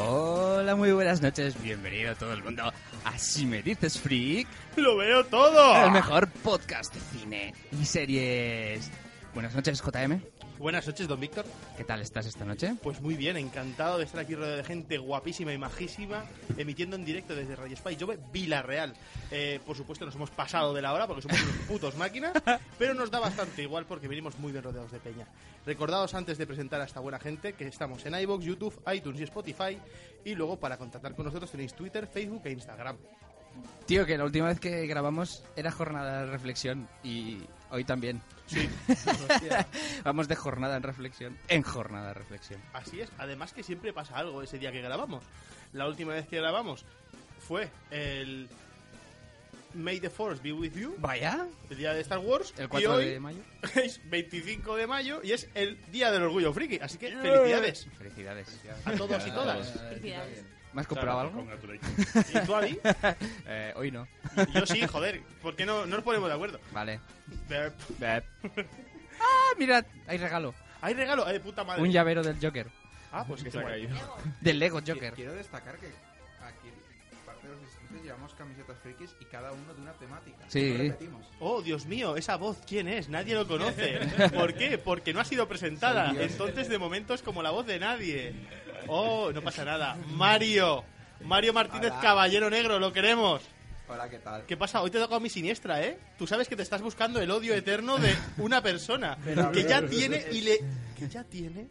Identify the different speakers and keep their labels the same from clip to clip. Speaker 1: Hola, muy buenas noches. Bienvenido todo el mundo a Si me dices freak,
Speaker 2: ¡Lo veo todo!
Speaker 1: el mejor podcast de cine y series. Buenas noches, JM.
Speaker 2: Buenas noches, don Víctor.
Speaker 1: ¿Qué tal estás esta noche?
Speaker 2: Pues muy bien, encantado de estar aquí rodeado de gente guapísima y majísima, emitiendo en directo desde Radio Spy Jove, Villarreal. Eh, por supuesto, nos hemos pasado de la hora porque somos unos putos máquinas, pero nos da bastante igual porque venimos muy bien rodeados de peña. Recordados antes de presentar a esta buena gente que estamos en iBox, YouTube, iTunes y Spotify. Y luego, para contactar con nosotros, tenéis Twitter, Facebook e Instagram.
Speaker 1: Tío, que la última vez que grabamos era jornada de reflexión y hoy también.
Speaker 2: Sí,
Speaker 1: Vamos de jornada en reflexión en jornada de reflexión.
Speaker 2: Así es, además que siempre pasa algo ese día que grabamos. La última vez que grabamos fue el May the Force be with you,
Speaker 1: Vaya,
Speaker 2: el día de Star Wars,
Speaker 1: el
Speaker 2: y
Speaker 1: 4
Speaker 2: hoy
Speaker 1: de mayo.
Speaker 2: es 25 de mayo y es el día del orgullo friki, así que felicidades
Speaker 1: Felicidades.
Speaker 2: a todos y todas.
Speaker 1: ¿Me has comprado algo?
Speaker 2: ¿Y tú, Adi?
Speaker 1: Eh, hoy no.
Speaker 2: Yo sí, joder, ¿por qué no, no nos ponemos de acuerdo?
Speaker 1: Vale.
Speaker 2: Ver,
Speaker 1: Ah, mirad, hay regalo. eh,
Speaker 2: Hay regalo, ay, de puta madre.
Speaker 1: Un llavero del Joker.
Speaker 2: Ah, pues que se ha caído.
Speaker 1: Del Lego Joker.
Speaker 3: Quiero destacar que aquí parte de los asistentes llevamos camisetas frikis y cada uno de una temática.
Speaker 1: Sí.
Speaker 3: No repetimos.
Speaker 2: Oh, Dios mío, esa voz, ¿quién es? Nadie lo conoce. ¿Por qué? Porque no ha sido presentada. Entonces, de momento, es como la voz de nadie. Oh, no pasa nada. Mario. Mario Martínez
Speaker 3: Hola.
Speaker 2: Caballero Negro, lo queremos.
Speaker 3: Hola, ¿qué tal?
Speaker 2: ¿Qué pasa? Hoy te toca a mi siniestra, ¿eh? Tú sabes que te estás buscando el odio eterno de una persona que ya tiene y le... que ya tiene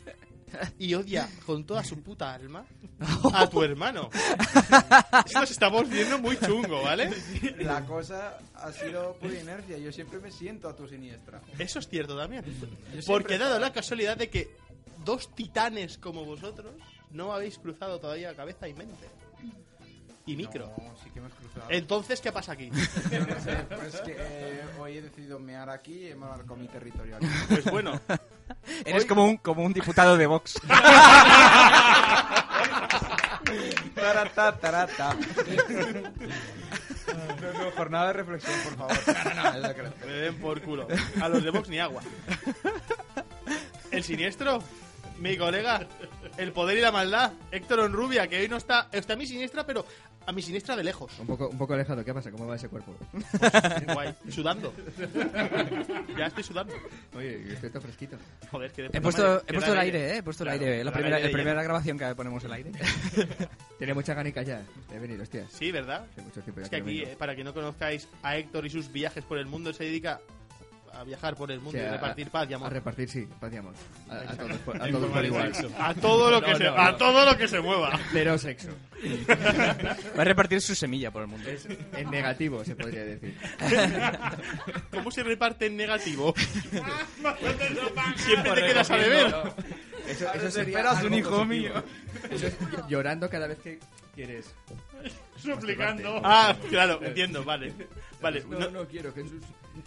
Speaker 2: y odia con toda su puta alma a tu hermano. Esto nos estamos viendo muy chungo, ¿vale?
Speaker 3: La cosa ha sido por inercia. Yo siempre me siento a tu siniestra.
Speaker 2: Eso es cierto también.
Speaker 3: Yo
Speaker 2: Porque
Speaker 3: siempre-
Speaker 2: dado la casualidad de que dos titanes como vosotros no habéis cruzado todavía cabeza y mente. Y micro.
Speaker 3: No, sí que hemos cruzado.
Speaker 2: Entonces, ¿qué pasa aquí?
Speaker 3: Yo no sé, pues que eh, hoy he decidido mear aquí y he marcado mi territorio aquí.
Speaker 2: Pues bueno,
Speaker 1: Eres como un, como un diputado de Vox.
Speaker 3: Tarata, tarata. No, no, jornada de reflexión, por favor. Es la que le-
Speaker 2: me den por culo. A los de Vox ni agua. El siniestro, mi colega, el poder y la maldad, Héctor Onrubia, que hoy no está. Está a mi siniestra, pero a mi siniestra de lejos.
Speaker 4: Un poco, un poco alejado, ¿qué pasa? ¿Cómo va ese cuerpo?
Speaker 2: Guay, sudando. Ya estoy sudando.
Speaker 4: Oye, estoy todo fresquito.
Speaker 2: Joder, que de
Speaker 1: He
Speaker 2: puta madre.
Speaker 1: puesto, he
Speaker 2: Que
Speaker 1: puesto el
Speaker 2: da
Speaker 1: aire, ¿eh? He puesto el
Speaker 2: Claro,
Speaker 1: aire.
Speaker 2: que
Speaker 1: La
Speaker 2: da
Speaker 1: primera,
Speaker 2: aire
Speaker 1: la
Speaker 2: y
Speaker 1: primera grabación que ponemos el aire.
Speaker 4: Tenía mucha ganica ya de venir, hostias.
Speaker 2: Sí, ¿verdad?
Speaker 4: Hace mucho tiempo ya
Speaker 2: Es que
Speaker 4: no
Speaker 2: aquí,
Speaker 4: vengo.
Speaker 2: eh, para que no conozcáis a Héctor y sus viajes por el mundo, él se dedica a viajar por el
Speaker 4: O
Speaker 2: mundo
Speaker 4: sea,
Speaker 2: y repartir paz y
Speaker 4: A
Speaker 2: amor.
Speaker 4: repartir, sí, paz y amor. A, a todos, por, a todos por igual.
Speaker 2: A todo lo que
Speaker 4: No,
Speaker 2: se,
Speaker 4: no,
Speaker 2: a
Speaker 4: no.
Speaker 2: todo lo que se mueva.
Speaker 4: Pero sexo.
Speaker 1: Va a repartir su semilla por el mundo.
Speaker 4: Es en negativo, se podría decir.
Speaker 2: ¿Cómo se reparte en negativo?
Speaker 3: Ah, pues
Speaker 2: Siempre te quedas a beber.
Speaker 4: Eso, eso sería
Speaker 3: Esperas
Speaker 4: algo
Speaker 3: un hijo
Speaker 4: positivo.
Speaker 3: mío.
Speaker 4: Eso es llorando cada vez que quieres.
Speaker 2: Suplicando. Ah, claro, entiendo, vale. Vale, no,
Speaker 4: quiero, Jesús.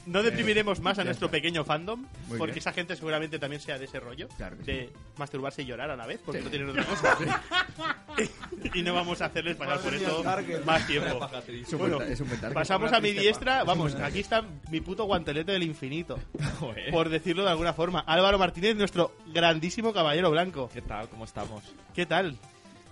Speaker 2: no deprimiremos más a nuestro pequeño fandom,
Speaker 4: Eh, Muy
Speaker 2: porque
Speaker 4: bien.
Speaker 2: esa gente seguramente también sea de ese rollo,
Speaker 4: Claro que
Speaker 2: de masturbarse y llorar a la vez, porque no tienen otra cosa. y no vamos a hacerles pasar por
Speaker 3: Madre mía,
Speaker 2: esto
Speaker 3: Target.
Speaker 2: más tiempo.
Speaker 4: Es un
Speaker 2: Bueno,
Speaker 4: buen ta- es un buen target.
Speaker 2: Pasamos
Speaker 4: Una
Speaker 2: a mi
Speaker 4: triste
Speaker 2: diestra, vamos, aquí está mi puto guantelete del infinito, por decirlo de alguna forma. Álvaro Martínez, nuestro grandísimo caballero blanco.
Speaker 5: ¿Qué tal? ¿Cómo estamos?
Speaker 2: ¿Qué tal?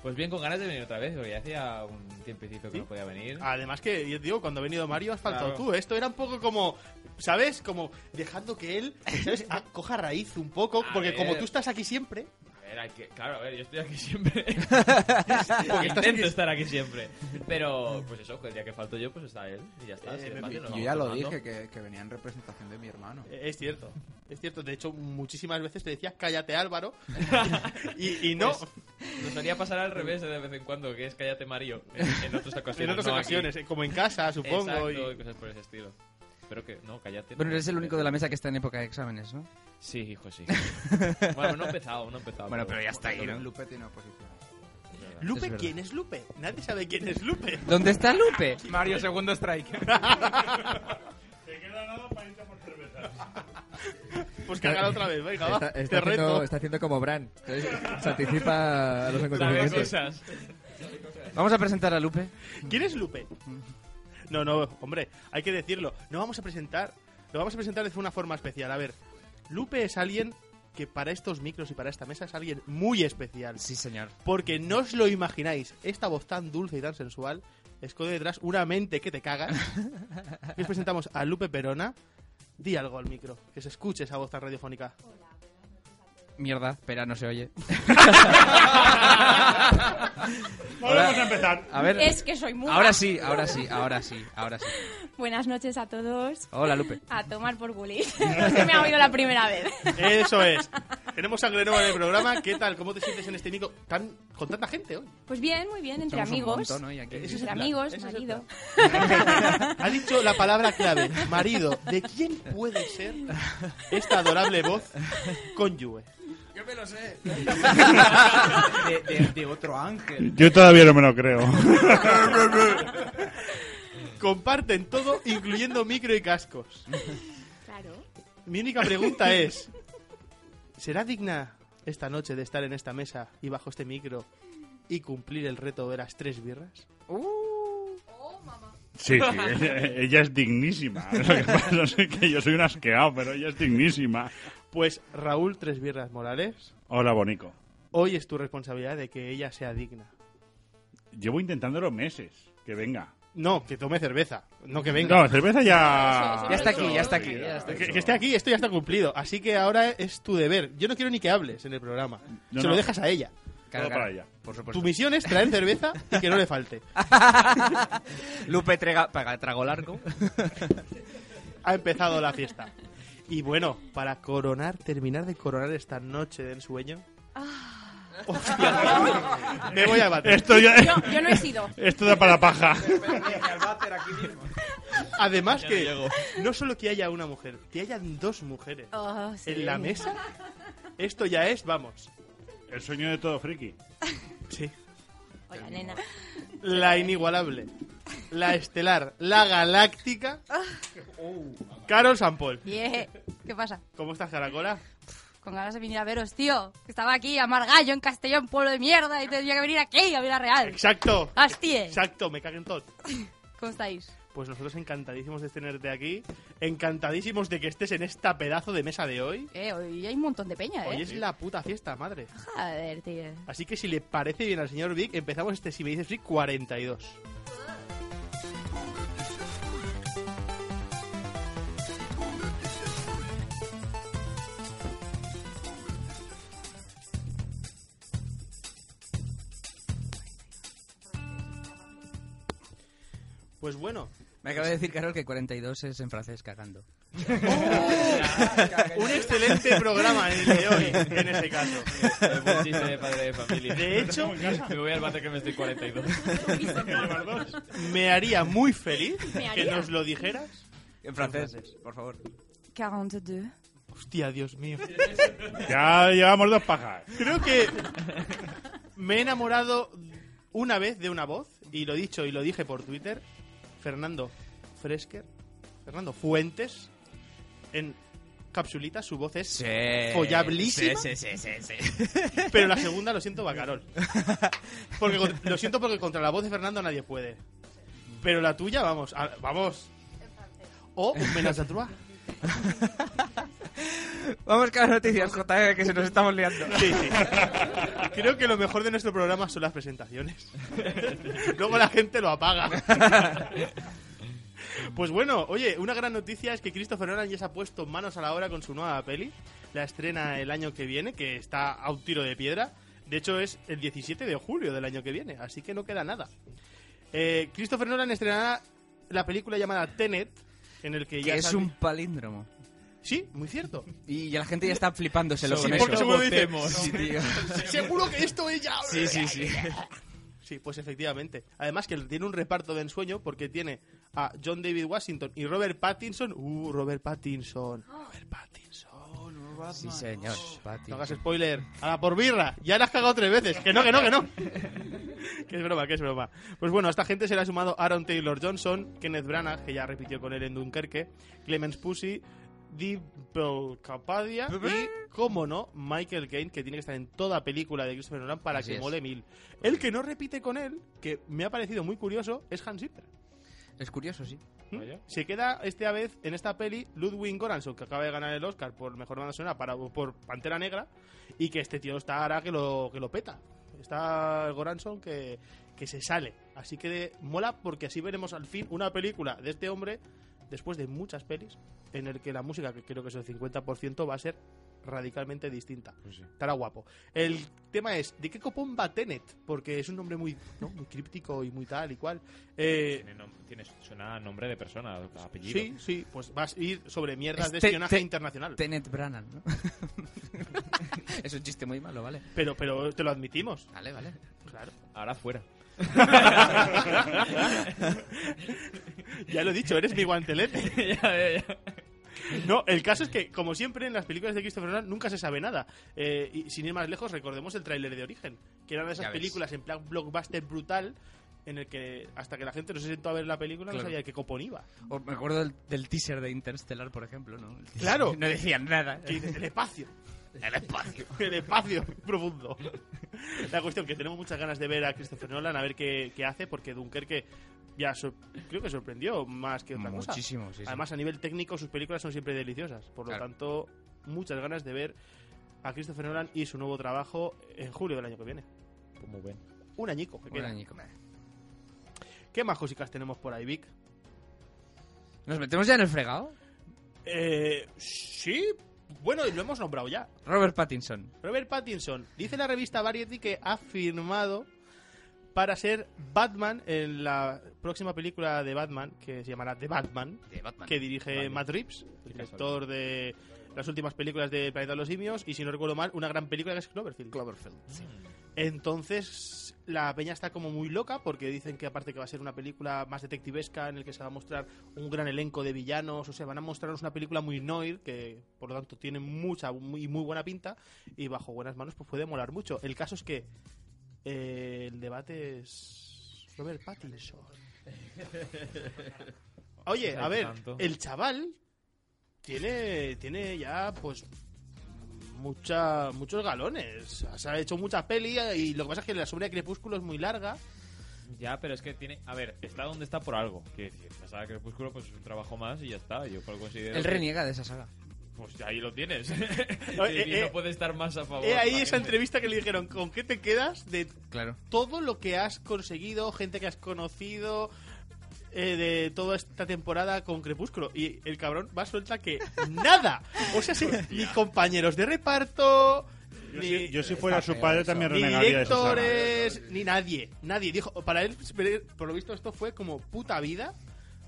Speaker 5: Pues bien, con ganas de venir otra vez, porque ya hacía un tiempecito
Speaker 2: ¿Sí?
Speaker 5: que no podía venir.
Speaker 2: Además que, yo te digo, cuando ha venido Mario has faltado
Speaker 5: Claro.
Speaker 2: tú. Esto era un poco como, ¿sabes? Como dejando que él, ¿sabes? Ah, coja raíz un poco,
Speaker 5: A
Speaker 2: porque
Speaker 5: ver.
Speaker 2: como tú estás aquí siempre,
Speaker 5: A ver, hay que- claro, a ver, yo estoy aquí siempre. Intento estar aquí siempre. Pero, pues eso, el día que falto yo, pues está él. Y ya está.
Speaker 2: Eh,
Speaker 5: si le
Speaker 2: me-
Speaker 5: falta, nos
Speaker 3: Yo
Speaker 5: vamos
Speaker 3: ya lo
Speaker 5: formando.
Speaker 3: dije, que, que venía en representación de mi hermano.
Speaker 2: eh, es cierto.
Speaker 1: Pues,
Speaker 2: Es cierto, de hecho muchísimas veces te decía cállate Álvaro y, y no,
Speaker 5: Nos solía pasar al revés de vez en cuando, que es cállate Mario. En, en otras ocasiones.
Speaker 2: En otras
Speaker 5: no aquí.
Speaker 2: ocasiones, eh, como en casa, supongo.
Speaker 5: Exacto, y
Speaker 2: y-
Speaker 5: cosas por ese estilo. Pero que, no, cállate.
Speaker 1: Bueno,
Speaker 5: no.
Speaker 1: eres el único de la mesa que está en época de exámenes, ¿no?
Speaker 5: Sí, hijo, sí. bueno, no he empezado, no he empezado.
Speaker 1: Bueno, pero ya está ahí, ¿no?
Speaker 3: Lupe tiene oposición.
Speaker 1: Es
Speaker 2: ¿Lupe
Speaker 1: verdad.
Speaker 2: quién es Lupe? Nadie sabe quién es Lupe.
Speaker 1: ¿Dónde está Lupe?
Speaker 4: Mario, segundo strike.
Speaker 6: Te queda nada para irte por cerveza.
Speaker 2: Pues cagar otra vez, venga, va.
Speaker 4: Está,
Speaker 2: Te
Speaker 4: está haciendo,
Speaker 2: reto.
Speaker 4: está haciendo como Bran. Entonces, se anticipa a los
Speaker 5: Sabe
Speaker 4: acontecimientos.
Speaker 5: cosas.
Speaker 1: Vamos a presentar a Lupe.
Speaker 2: ¿Quién es Lupe? No, no, hombre, hay que decirlo. No vamos a presentar, lo vamos a presentar de una forma especial. A ver, Lupe es alguien que para estos micros y para esta mesa es alguien muy especial.
Speaker 1: Sí, señor.
Speaker 2: Porque no os lo imagináis, esta voz tan dulce y tan sensual esconde detrás una mente que te cagas. Y os presentamos a Lupe Perona. Di algo al micro, que se escuche esa voz tan radiofónica.
Speaker 1: Mierda, espera, no se oye.
Speaker 6: Volvemos a empezar.
Speaker 1: A ver.
Speaker 7: Es que soy muy.
Speaker 1: Ahora sí, ahora sí, ahora sí, ahora sí.
Speaker 7: Buenas noches a todos.
Speaker 1: Hola, Lupe.
Speaker 7: A tomar por gulis. Se me ha oído la primera vez.
Speaker 2: Eso es. Tenemos sangre nueva en el programa. ¿Qué tal? ¿Cómo te sientes en este micro tan, con tanta gente hoy?
Speaker 7: Pues bien, muy bien, entre
Speaker 1: Somos un
Speaker 7: amigos.
Speaker 1: montón hoy aquí.
Speaker 2: Ese es el
Speaker 7: Entre
Speaker 2: plan,
Speaker 7: amigos,
Speaker 2: ese es el
Speaker 7: marido.
Speaker 2: Ha dicho la palabra clave, marido. ¿De quién puede ser esta adorable voz cónyuge?
Speaker 1: Yo me lo sé.
Speaker 3: De, de- de otro ángel.
Speaker 6: Yo todavía no me lo creo.
Speaker 2: Comparten todo, incluyendo micro y cascos.
Speaker 7: Claro.
Speaker 2: Mi única pregunta es, ¿será digna esta noche de estar en esta mesa y bajo este micro y cumplir el reto de las tres birras?
Speaker 6: Sí, sí, ella, ella es dignísima. Lo que pasa es que yo soy un asqueado, pero ella es dignísima.
Speaker 2: Pues Raúl Tres Birras Morales,
Speaker 6: Hola, Bonico.
Speaker 2: hoy es tu responsabilidad de que ella sea digna.
Speaker 6: Llevo intentándolo meses. Que venga.
Speaker 2: No, que tome cerveza, no que venga.
Speaker 6: Venga, cerveza ya.
Speaker 1: Ya está aquí, ya está aquí, ya está
Speaker 2: Que, que esté aquí, esto ya está cumplido. Así que ahora es tu deber. Yo no quiero ni que hables en el programa.
Speaker 6: No,
Speaker 2: Se lo
Speaker 6: no.
Speaker 2: dejas a ella.
Speaker 6: Todo para allá.
Speaker 1: Por
Speaker 2: Tu
Speaker 1: supuesto.
Speaker 2: misión es traer cerveza y que no le falte.
Speaker 1: Lupe trega, paga, trago largo.
Speaker 2: ha empezado la fiesta. Y bueno, para coronar, terminar de coronar esta noche de ensueño.
Speaker 7: Ah.
Speaker 2: Hostia, me voy a bater.
Speaker 6: Esto ya.
Speaker 7: Yo, yo no he sido.
Speaker 6: Esto da para paja.
Speaker 2: Además
Speaker 5: Ya
Speaker 2: que
Speaker 5: no llego.
Speaker 2: no solo que haya una mujer, que hayan dos mujeres
Speaker 3: Ah,
Speaker 7: Oh, sí.
Speaker 2: en la mesa. Esto ya es, vamos.
Speaker 6: El sueño de todo friki.
Speaker 2: Sí.
Speaker 7: Hola, nena.
Speaker 2: La inigualable, la estelar, la galáctica. Oh. Carol Sampol.
Speaker 7: Bien. ¿Qué pasa?
Speaker 2: ¿Cómo estás, Caracola?
Speaker 7: Con ganas de venir a veros, tío. Que Estaba aquí a Margallo, en Castellón, pueblo de mierda, y tenía que venir aquí a Villarreal.
Speaker 2: Exacto.
Speaker 7: Hostie.
Speaker 2: Exacto, me caguen todo.
Speaker 7: ¿Cómo estáis?
Speaker 2: Pues nosotros encantadísimos de tenerte aquí, encantadísimos de que estés en esta pedazo de mesa de hoy.
Speaker 7: Eh, hoy hay un montón de peña, ¿eh?
Speaker 2: Hoy es la puta fiesta, madre.
Speaker 7: Joder, tío.
Speaker 2: Así que si le parece bien al señor Vic, empezamos este Si me dices Vic 42. Pues bueno,
Speaker 1: Me acaba de decir, Carol, que 42 es en francés cagando.
Speaker 2: Oh. un excelente programa el de hoy, en ese caso.
Speaker 5: Es buen chiste de padre
Speaker 1: Eh,
Speaker 5: de familia.
Speaker 2: De hecho,
Speaker 5: Me voy al bate que me estoy 42.
Speaker 2: me haría muy feliz
Speaker 7: Me
Speaker 2: que
Speaker 7: haría.
Speaker 2: nos lo dijeras.
Speaker 1: En francés, por favor.
Speaker 7: 42.
Speaker 2: Hostia, Dios mío.
Speaker 6: Ya llevamos dos pajas.
Speaker 2: Creo que me he enamorado una vez de una voz, y lo he dicho y lo dije por Twitter, Fernando Fresker, Fernando Fuentes, en capsulita, su voz es follablísima,
Speaker 1: Sí, sí, sí, sí, sí.
Speaker 2: pero la segunda lo siento Bacarol. Porque, con- lo siento porque contra la voz de Fernando nadie puede. Pero la tuya, vamos, a- vamos. O un menage à trois.
Speaker 1: Vamos con las noticias, JG, que se nos estamos liando.
Speaker 2: Sí, sí. Creo que lo mejor de nuestro programa son las presentaciones. Luego la gente lo apaga. Pues bueno, oye, una gran noticia es que Christopher Nolan ya se ha puesto manos a la obra con su nueva peli. La estrena el año que viene, que está a un tiro de piedra. De hecho, es el 17 de julio del año que viene, así que no queda nada. Eh, Christopher Nolan estrenará la película llamada Tenet, en el que ya
Speaker 1: Que es
Speaker 2: sabe-
Speaker 1: un palíndromo.
Speaker 2: Sí, muy cierto.
Speaker 1: Y la gente ya está flipándose lo
Speaker 5: Sí,
Speaker 1: con
Speaker 2: porque
Speaker 1: eso.
Speaker 2: seguro dice,
Speaker 1: Sí, tío.
Speaker 2: seguro que esto es ya...
Speaker 1: Sí, sí, sí.
Speaker 2: Sí, pues efectivamente. Además que tiene un reparto de ensueño porque tiene a John David Washington y Robert Pattinson. Uh, Robert Pattinson. Robert Pattinson.
Speaker 1: Sí, señor.
Speaker 2: No hagas spoiler. ¡Hala, por birra! Ya la has cagado tres veces. Que no, que no, que no. que es broma, que es broma. Pues bueno, a esta gente se le ha sumado Aaron Taylor Johnson, Kenneth Branagh, que ya repitió con él en Dunkerque, Clemens Pussy, Deepak Capadia y, como no, Michael Caine, que tiene que estar en toda película de Christopher Nolan para
Speaker 1: Así
Speaker 2: que
Speaker 1: es.
Speaker 2: mole mil. El que no repite con él, que me ha parecido muy curioso, es Hans Zimmer.
Speaker 1: Es curioso, sí.
Speaker 2: ¿Mm? Se queda esta vez en esta peli Ludwig Göransson, que acaba de ganar el Oscar por mejor banda sonora para, por Pantera Negra, y que este tío está ahora que lo, que lo peta. Está Goranson que, que se sale. Así que de- mola porque así veremos al fin una película de este hombre, después de muchas pelis, en el que la música, que creo que es el 50%, va a ser radicalmente distinta. Estará guapo. El tema es, ¿de qué copón va Tenet? Porque es un nombre muy, ¿no? muy críptico y muy tal y cual. Eh,
Speaker 5: Tiene, nom- tiene- suena a nombre de persona, apellido.
Speaker 2: Sí, sí, pues vas a ir sobre mierdas de
Speaker 1: Este-
Speaker 2: espionaje
Speaker 1: te-
Speaker 2: internacional.
Speaker 1: Tenet Branagh, ¿no? es un chiste muy malo, ¿vale?
Speaker 2: Pero, pero te lo admitimos,
Speaker 1: Vale, vale.
Speaker 2: claro.
Speaker 5: Ahora fuera.
Speaker 2: ya lo he dicho, eres mi guantelete.
Speaker 5: Ya, ya, ya.
Speaker 2: No, el caso es que, como siempre, en las películas de Christopher Nolan nunca se sabe nada. Eh, y sin ir más lejos, recordemos el tráiler de Origen, que era una de esas
Speaker 1: Ya ves.
Speaker 2: películas en plan blockbuster brutal, en el que hasta que la gente no se sentó a ver la película no
Speaker 1: Claro.
Speaker 2: sabía qué copón iba.
Speaker 1: O me acuerdo del, del teaser de Interstellar, por ejemplo, ¿no? El teaser-
Speaker 2: Claro.
Speaker 1: No decían nada.
Speaker 2: Que dices, el espacio.
Speaker 1: El espacio.
Speaker 2: el espacio profundo. La cuestión que tenemos muchas ganas de ver a Christopher Nolan, a ver qué, qué hace, porque Dunkerque ya sor- creo que sorprendió más que otra cosa.
Speaker 1: Muchísimo, sí, sí.
Speaker 2: Además, a nivel técnico, sus películas son siempre deliciosas. Por lo
Speaker 1: Claro.
Speaker 2: tanto, muchas ganas de ver a Christopher Nolan y su nuevo trabajo en julio del año que viene.
Speaker 5: Pues Muy bien.
Speaker 2: Un añico. que
Speaker 1: Buen
Speaker 2: queda.
Speaker 1: añico.
Speaker 2: ¿Qué más cositas tenemos por ahí, Vic?
Speaker 1: ¿Nos metemos ya en el fregado?
Speaker 2: Eh, sí, bueno, y lo hemos nombrado ya.
Speaker 1: Robert Pattinson.
Speaker 2: Robert Pattinson. Dice la revista Variety que ha firmado para ser Batman en la próxima película de Batman, que se llamará The Batman,
Speaker 1: De Batman.
Speaker 2: que dirige
Speaker 5: Vale.
Speaker 2: Matt Reeves, el director de las últimas películas de Planeta de los Simios, y si no recuerdo mal, una gran película que es Cloverfield. Cloverfield. Entonces, la peña está como muy loca porque dicen que aparte que va a ser una película más detectivesca en el que se va a mostrar un gran elenco de villanos, o sea, van a mostrarnos una película muy noir que por lo tanto tiene mucha y muy, muy buena pinta y bajo buenas manos pues puede molar mucho. El caso es que eh, el debate es Robert Pattinson. Oye, a ver,
Speaker 5: Pues Tanto.
Speaker 2: el chaval tiene tiene ya pues mucha, muchos galones. O sea, ha hecho mucha peli y lo que pasa es que la sombra de Crepúsculo es muy larga.
Speaker 5: Ya, pero es que tiene. A ver, está donde está por algo. Quiero decir, la saga Crepúsculo pues es un trabajo más y ya está. Yo lo considero.
Speaker 1: Él
Speaker 5: que-
Speaker 1: reniega de esa saga.
Speaker 5: Pues ahí lo tienes.
Speaker 2: Oye,
Speaker 5: y
Speaker 2: eh, eh,
Speaker 5: no puede estar más a favor.
Speaker 2: He ahí
Speaker 5: La
Speaker 2: esa
Speaker 5: gente-
Speaker 2: entrevista que le dijeron, ¿con qué te quedas de
Speaker 1: Claro.
Speaker 2: todo lo que has conseguido, gente que has conocido eh, de toda esta temporada con Crepúsculo? Y el cabrón va suelta que nada. O sea, sí, ni compañeros de reparto,
Speaker 6: Yo,
Speaker 2: ni...
Speaker 6: si, yo si fuera su
Speaker 1: feo
Speaker 6: padre
Speaker 1: eso.
Speaker 6: también
Speaker 2: ni
Speaker 6: renegaría de esa saga.
Speaker 2: directores, ni nadie. Nadie. Dijo, para él, por lo visto, esto fue como puta vida.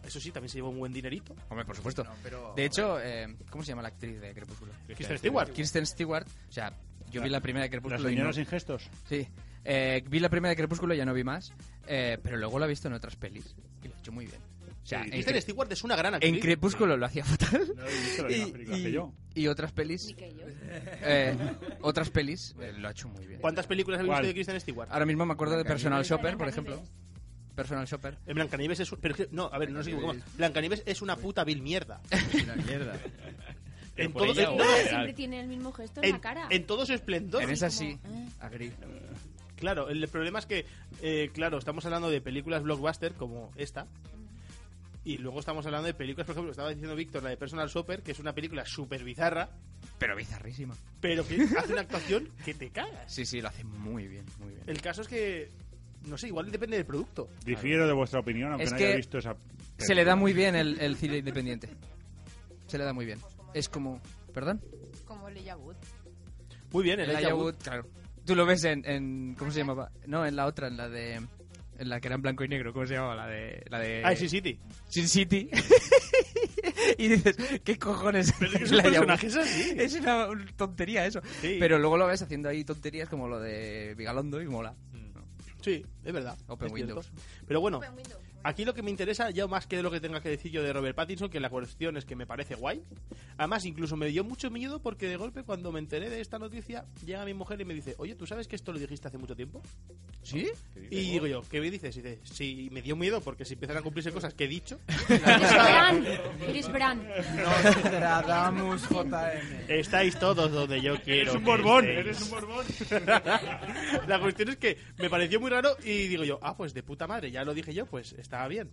Speaker 2: Eso sí, también se llevó un buen dinerito.
Speaker 1: Hombre, por supuesto.
Speaker 3: No, pero...
Speaker 1: De hecho, eh, ¿cómo se llama la actriz de Crepúsculo?
Speaker 2: Kristen Stewart.
Speaker 1: Kirsten Stewart. O sea, yo
Speaker 6: La-
Speaker 1: vi la primera de
Speaker 6: Las
Speaker 1: Crepúsculo y no-
Speaker 6: señoras sin gestos.
Speaker 1: Sí. Eh, vi la primera de Crepúsculo y ya no vi más. Eh, pero luego la he visto en otras pelis. Y lo he hecho muy bien. O sea,
Speaker 6: Sí,
Speaker 1: en,
Speaker 2: Kristen
Speaker 1: Cre-
Speaker 2: Stewart es una gran actriz.
Speaker 1: en Crepúsculo lo hacía fatal.
Speaker 6: No he visto la misma película que yo.
Speaker 1: y otras pelis. eh, otras pelis eh, lo ha hecho muy bien.
Speaker 2: ¿Cuántas películas habéis
Speaker 6: ¿Cuál?
Speaker 2: visto de Kristen Stewart?
Speaker 1: Ahora mismo me acuerdo de
Speaker 4: Blancanieves.
Speaker 1: Personal Shopper, por ejemplo. Personal Shopper.
Speaker 2: En Blancanieves es... un- Pero, es que- no, a ver, no nos
Speaker 1: Blancanieves.
Speaker 2: equivocamos. Blancanieves es una puta vil mierda.
Speaker 4: mierda.
Speaker 5: Pero
Speaker 2: En
Speaker 5: por
Speaker 2: todo-
Speaker 5: ella
Speaker 2: en
Speaker 5: o
Speaker 2: todo-
Speaker 5: en
Speaker 8: Siempre
Speaker 5: general.
Speaker 8: tiene el mismo gesto en,
Speaker 2: En,
Speaker 8: la cara.
Speaker 2: en todo su esplendor.
Speaker 1: En esa sí.
Speaker 8: como, eh.
Speaker 1: Agri.
Speaker 2: Claro, el problema es que, eh, claro, estamos hablando de películas blockbuster como esta. Y luego estamos hablando de películas, por ejemplo, estaba diciendo Víctor, la de Personal Shopper, que es una película súper bizarra,
Speaker 1: Pero bizarrísima.
Speaker 2: pero que hace una actuación que te cagas.
Speaker 1: Sí, sí, lo hace muy bien, muy bien.
Speaker 2: El caso es que, no sé, igual depende del producto.
Speaker 6: Difiero de vuestra opinión, aunque
Speaker 1: Es
Speaker 6: no
Speaker 1: que
Speaker 6: haya visto esa.
Speaker 1: Se le da
Speaker 6: película.
Speaker 1: muy bien el, el cine independiente. Se le da muy bien. Es como... ¿Perdón?
Speaker 7: Como Leia Wood.
Speaker 2: Muy bien, el
Speaker 1: Elijah
Speaker 2: Elijah Wood.
Speaker 1: Wood, claro. Tú lo ves en, en- ¿Cómo se llamaba? No, en la otra, en la de... En la que era en blanco y negro, ¿cómo se llamaba? La de... La de
Speaker 2: Ah, sí, City.
Speaker 1: Sin City. y dices, ¿qué cojones?
Speaker 2: Pero es que es
Speaker 1: la
Speaker 2: un
Speaker 1: Yabu?
Speaker 2: personaje, es así.
Speaker 1: Es una tontería eso.
Speaker 2: Sí.
Speaker 1: Pero luego lo ves haciendo ahí tonterías como lo de Vigalondo y mola.
Speaker 2: Mm. Sí, es verdad.
Speaker 1: Open
Speaker 2: es
Speaker 1: Windows.
Speaker 2: cierto. Pero bueno,
Speaker 7: Open window.
Speaker 2: Aquí lo que me interesa, ya más que lo que tenga que decir yo de Robert Pattinson, que la cuestión es que me parece guay. Además, incluso me dio mucho miedo porque de golpe, cuando me enteré de esta noticia, llega mi mujer y me dice, oye, ¿tú sabes que esto lo dijiste hace mucho tiempo?
Speaker 1: ¿Sí?
Speaker 2: Y digo yo, ¿qué me dices? Y dice, sí, y me dio miedo porque si empiezan a cumplirse cosas que he dicho...
Speaker 8: Iris Bran. Iris Bran.
Speaker 3: Nostradamus JM.
Speaker 2: Estáis todos donde yo quiero.
Speaker 6: Eres un
Speaker 2: que
Speaker 6: borbón,
Speaker 2: estéis".
Speaker 6: eres un borbón.
Speaker 2: La cuestión es que me pareció muy raro y digo yo, ah, pues de puta madre, ya lo dije yo, pues estaba bien.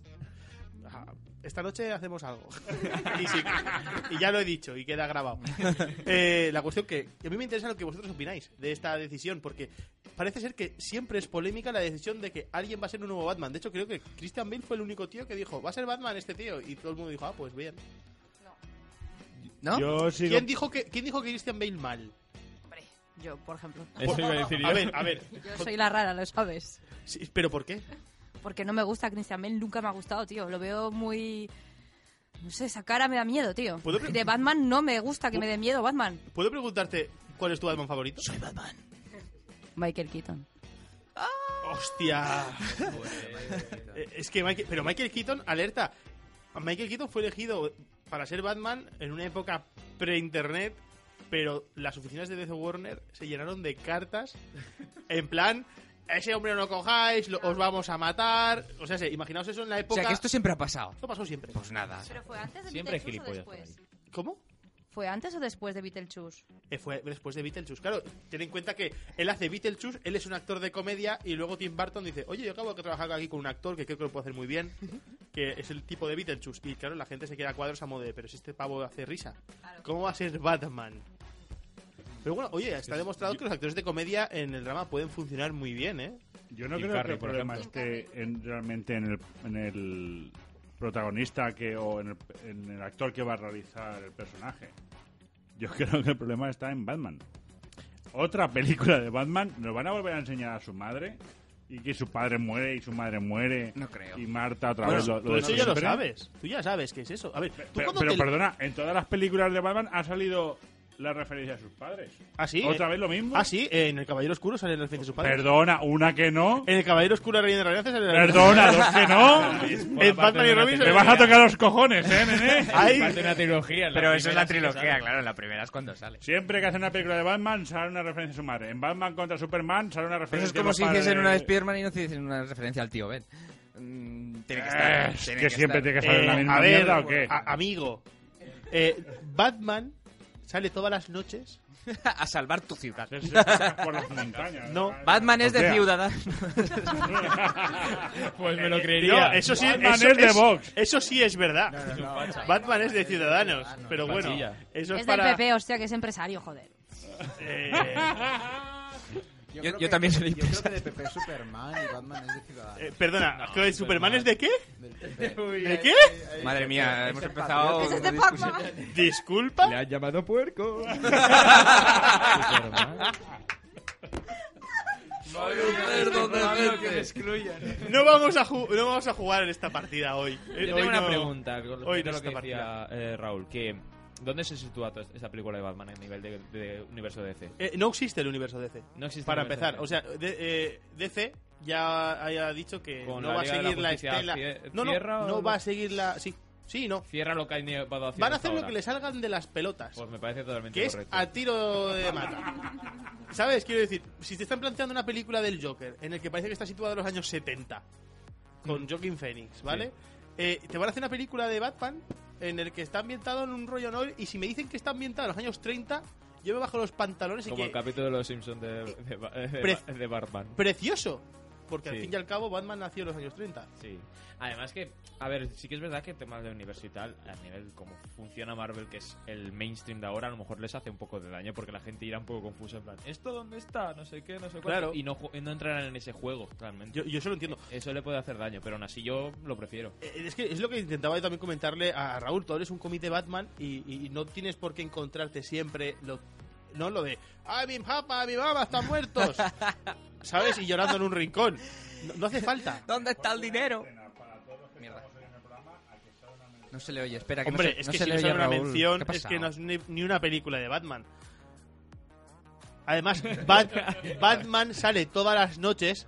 Speaker 2: Ah, Esta noche hacemos algo. y, sí, y ya lo he dicho y queda grabado. Eh, la cuestión que a mí me interesa lo que vosotros opináis de esta decisión, porque parece ser que siempre es polémica la decisión de que alguien va a ser un nuevo Batman. De hecho, creo que Christian Bale fue el único tío que dijo, va a ser Batman este tío. Y todo el mundo dijo, ah, pues bien.
Speaker 1: ¿No?
Speaker 6: Yo sigo.
Speaker 2: ¿Quién dijo que, ¿quién dijo que Christian Bale mal?
Speaker 7: Hombre, yo, por ejemplo.
Speaker 5: Eso iba a decir yo.
Speaker 2: A ver, a ver.
Speaker 7: Yo soy la rara, lo sabes.
Speaker 2: Sí, ¿Pero por qué?
Speaker 7: Porque no me gusta Christian Bale, nunca me ha gustado, tío. Lo veo muy... No sé, esa cara me da miedo, tío.
Speaker 2: ¿Puedo pre-
Speaker 7: De Batman no me gusta que me dé miedo Batman.
Speaker 2: ¿Puedo preguntarte cuál es tu Batman favorito?
Speaker 7: Michael Keaton.
Speaker 2: ¡Hostia! Eh, es que Michael- pero Michael Keaton, alerta. Michael Keaton fue elegido para ser Batman en una época pre-internet, pero las oficinas de DC Warner se llenaron de cartas en plan. "A Ese hombre no lo cojáis, lo- os vamos a matar. O sea, se- imaginaos eso en la
Speaker 1: O
Speaker 2: época.
Speaker 1: sea, que esto siempre ha pasado.
Speaker 2: Esto pasó siempre.
Speaker 1: Pues nada.
Speaker 7: ¿Pero fue antes de
Speaker 5: Siempre
Speaker 7: Beetlejuice o
Speaker 5: gilipollas por
Speaker 7: después?
Speaker 2: ¿Cómo?
Speaker 7: ¿Fue antes o después de Beetlejuice?
Speaker 2: Eh, fue después de Beetlejuice. Claro, ten en cuenta que él hace Beetlejuice, él es un actor de comedia y luego Tim Burton dice, oye, yo acabo de trabajar aquí con un actor que creo que lo puedo hacer muy bien, que es el tipo de Beetlejuice. Y claro, la gente se queda a cuadros a modo de, pero si este pavo hace risa, ¿cómo va a ser Batman? Pero bueno, oye, está demostrado que los actores de comedia en el drama pueden funcionar muy bien, ¿eh?
Speaker 6: Yo no
Speaker 5: Jim
Speaker 6: creo que
Speaker 5: Carrey,
Speaker 6: el
Speaker 5: por
Speaker 6: problema
Speaker 7: ejemplo.
Speaker 6: esté en- realmente en el, en el protagonista que o en el, en el actor que va a realizar el personaje. Yo creo que el problema está en Batman. Otra película de Batman, nos van a volver a enseñar a su madre y que su padre muere y su madre muere.
Speaker 1: No creo.
Speaker 6: Y Marta otra
Speaker 1: Bueno,
Speaker 6: vez lo, lo
Speaker 2: Pero
Speaker 6: de
Speaker 2: eso ya lo
Speaker 6: siempre.
Speaker 2: sabes. Tú ya sabes qué es eso. A ver, tú
Speaker 6: Pero,
Speaker 2: cuando
Speaker 6: pero
Speaker 2: te-
Speaker 6: perdona, en todas las películas de Batman ha salido la referencia a sus padres.
Speaker 2: ¿Ah, sí?
Speaker 6: ¿Otra
Speaker 2: Eh,
Speaker 6: vez lo mismo?
Speaker 2: Ah, sí, eh, en El Caballero Oscuro sale los de su padre.
Speaker 6: Perdona, una que no.
Speaker 2: En El Caballero Oscuro Rey de Radiantes sale la
Speaker 6: Perdona, dos que no.
Speaker 2: En Batman y Robin
Speaker 6: Me vas a tocar los cojones, eh, nene.
Speaker 2: Ahí-
Speaker 5: Parte de una trilogía.
Speaker 1: Pero eso es la
Speaker 5: primera sí que
Speaker 1: trilogía,
Speaker 5: sale.
Speaker 1: claro. La primera es cuando sale.
Speaker 6: Siempre que hacen una película de Batman sale una referencia a su madre. En Batman contra Superman sale una
Speaker 1: Eso
Speaker 6: referencia
Speaker 1: es como
Speaker 6: a
Speaker 1: si hiciesen una de Spider-Man y no hiciesen una referencia al tío Ben. Mm, tiene que estar.
Speaker 6: Es
Speaker 1: tiene
Speaker 6: que siempre tiene
Speaker 1: estar.
Speaker 6: que salir la
Speaker 2: Eh,
Speaker 6: misma
Speaker 2: a ver,
Speaker 6: mierda o qué.
Speaker 2: a- amigo. Eh, Batman sale todas las noches.
Speaker 1: A salvar tu ciudad.
Speaker 6: Sí, sí, Por las montañas.
Speaker 2: No,
Speaker 1: Batman es de
Speaker 6: Hostia.
Speaker 1: ciudadano.
Speaker 5: Pues me lo
Speaker 2: No,
Speaker 5: creería.
Speaker 2: eso sí,
Speaker 6: Batman
Speaker 2: eso
Speaker 6: es de
Speaker 2: es-
Speaker 6: Vox.
Speaker 2: Eso sí es verdad. Batman es de Ciudadanos. Pero bueno,
Speaker 5: Pachilla.
Speaker 2: eso es,
Speaker 7: es
Speaker 2: para.
Speaker 7: del PP, hostia, que es empresario, joder.
Speaker 2: eh,
Speaker 1: Yo-
Speaker 3: creo
Speaker 1: yo también soy
Speaker 3: Yo creo que de PP es Superman y Batman es de Ciudadanos.
Speaker 2: eh, perdona, ¿que ¿Superman, es de qué?
Speaker 3: Del PP.
Speaker 2: ¿De qué?
Speaker 1: Madre mía, hemos empezado.
Speaker 7: ¡Es de Batman!
Speaker 2: Disculpa.
Speaker 4: han llamado puerco.
Speaker 2: No vamos a, ju- no vamos a jugar en esta partida hoy. Eh, hoy
Speaker 5: Yo tengo una
Speaker 2: no.
Speaker 5: pregunta con
Speaker 2: hoy
Speaker 5: respecto
Speaker 2: no
Speaker 5: a lo que
Speaker 2: está
Speaker 5: decía eh, Raúl. Que, ¿Dónde se sitúa toda esa película de Batman a nivel de, de universo DC?
Speaker 2: Eh, no existe el universo DC.
Speaker 5: No existe
Speaker 2: Para
Speaker 5: el universo
Speaker 2: empezar,
Speaker 5: DC.
Speaker 2: o sea, de- eh, DC ya haya dicho que
Speaker 5: Con
Speaker 2: Eh, no
Speaker 5: la
Speaker 2: va a
Speaker 5: Liga de la
Speaker 2: seguir la,
Speaker 5: Justicia
Speaker 2: estela.
Speaker 5: cie-
Speaker 2: No, no,
Speaker 5: cierra
Speaker 2: no
Speaker 5: o no?
Speaker 2: va a seguir la. Sí, sí, no.
Speaker 5: Cierra lo que han llevado haciendo
Speaker 2: Van a
Speaker 5: hasta
Speaker 2: hacer lo
Speaker 5: ahora.
Speaker 2: que le salgan de las pelotas,
Speaker 5: Pues me parece totalmente
Speaker 2: que es
Speaker 5: correcto.
Speaker 2: a tiro de mata. ¿Sabes? Quiero decir, si te están planteando una película del Joker en el que parece que está situado en los años 70, con
Speaker 5: Mm.
Speaker 2: Joaquin Phoenix, ¿vale? Eh, te van a hacer una película de Batman en el que está ambientado en un rollo noir y si me dicen que está ambientado en los años 30, yo me bajo los pantalones y
Speaker 5: Como
Speaker 2: que eh,
Speaker 5: el capítulo de los Simpsons de, de, Ba- de
Speaker 2: Pre-
Speaker 5: Ba- de Batman.
Speaker 2: precioso. Porque al
Speaker 5: Sí.
Speaker 2: fin y al cabo Batman nació en los años 30.
Speaker 5: Sí. Además que, a ver, sí que es verdad que temas de universo y tal, a nivel como funciona Marvel, que es el mainstream de ahora, a lo mejor les hace un poco de daño porque la gente irá un poco confusa en plan, ¿esto dónde está? No sé qué, no sé cuánto.
Speaker 2: Claro.
Speaker 5: Y no, ju- y no entrarán en ese juego, realmente.
Speaker 2: Yo, yo eso lo entiendo.
Speaker 5: Eso le puede hacer daño, pero aún así yo lo prefiero.
Speaker 2: Eh, Es que es lo que intentaba yo también comentarle a Raúl. Tú eres un comité Batman y, y no tienes por qué encontrarte siempre lo, no lo de ¡Ay, mi papá, mi mamá están muertos! ¿Sabes? Y llorando en un rincón. No, no hace falta.
Speaker 1: ¿Dónde está el dinero? No se le oye, espera, que
Speaker 2: Hombre,
Speaker 1: no se,
Speaker 2: es
Speaker 1: no
Speaker 2: que
Speaker 1: se
Speaker 2: si
Speaker 1: le
Speaker 2: no
Speaker 1: oye
Speaker 2: sale
Speaker 1: a
Speaker 2: una
Speaker 1: Raúl.
Speaker 2: mención,
Speaker 1: ¿Qué ha
Speaker 2: es que no
Speaker 1: pasado?
Speaker 2: es ni, ni una película de Batman. Además, Bat- Batman sale todas las noches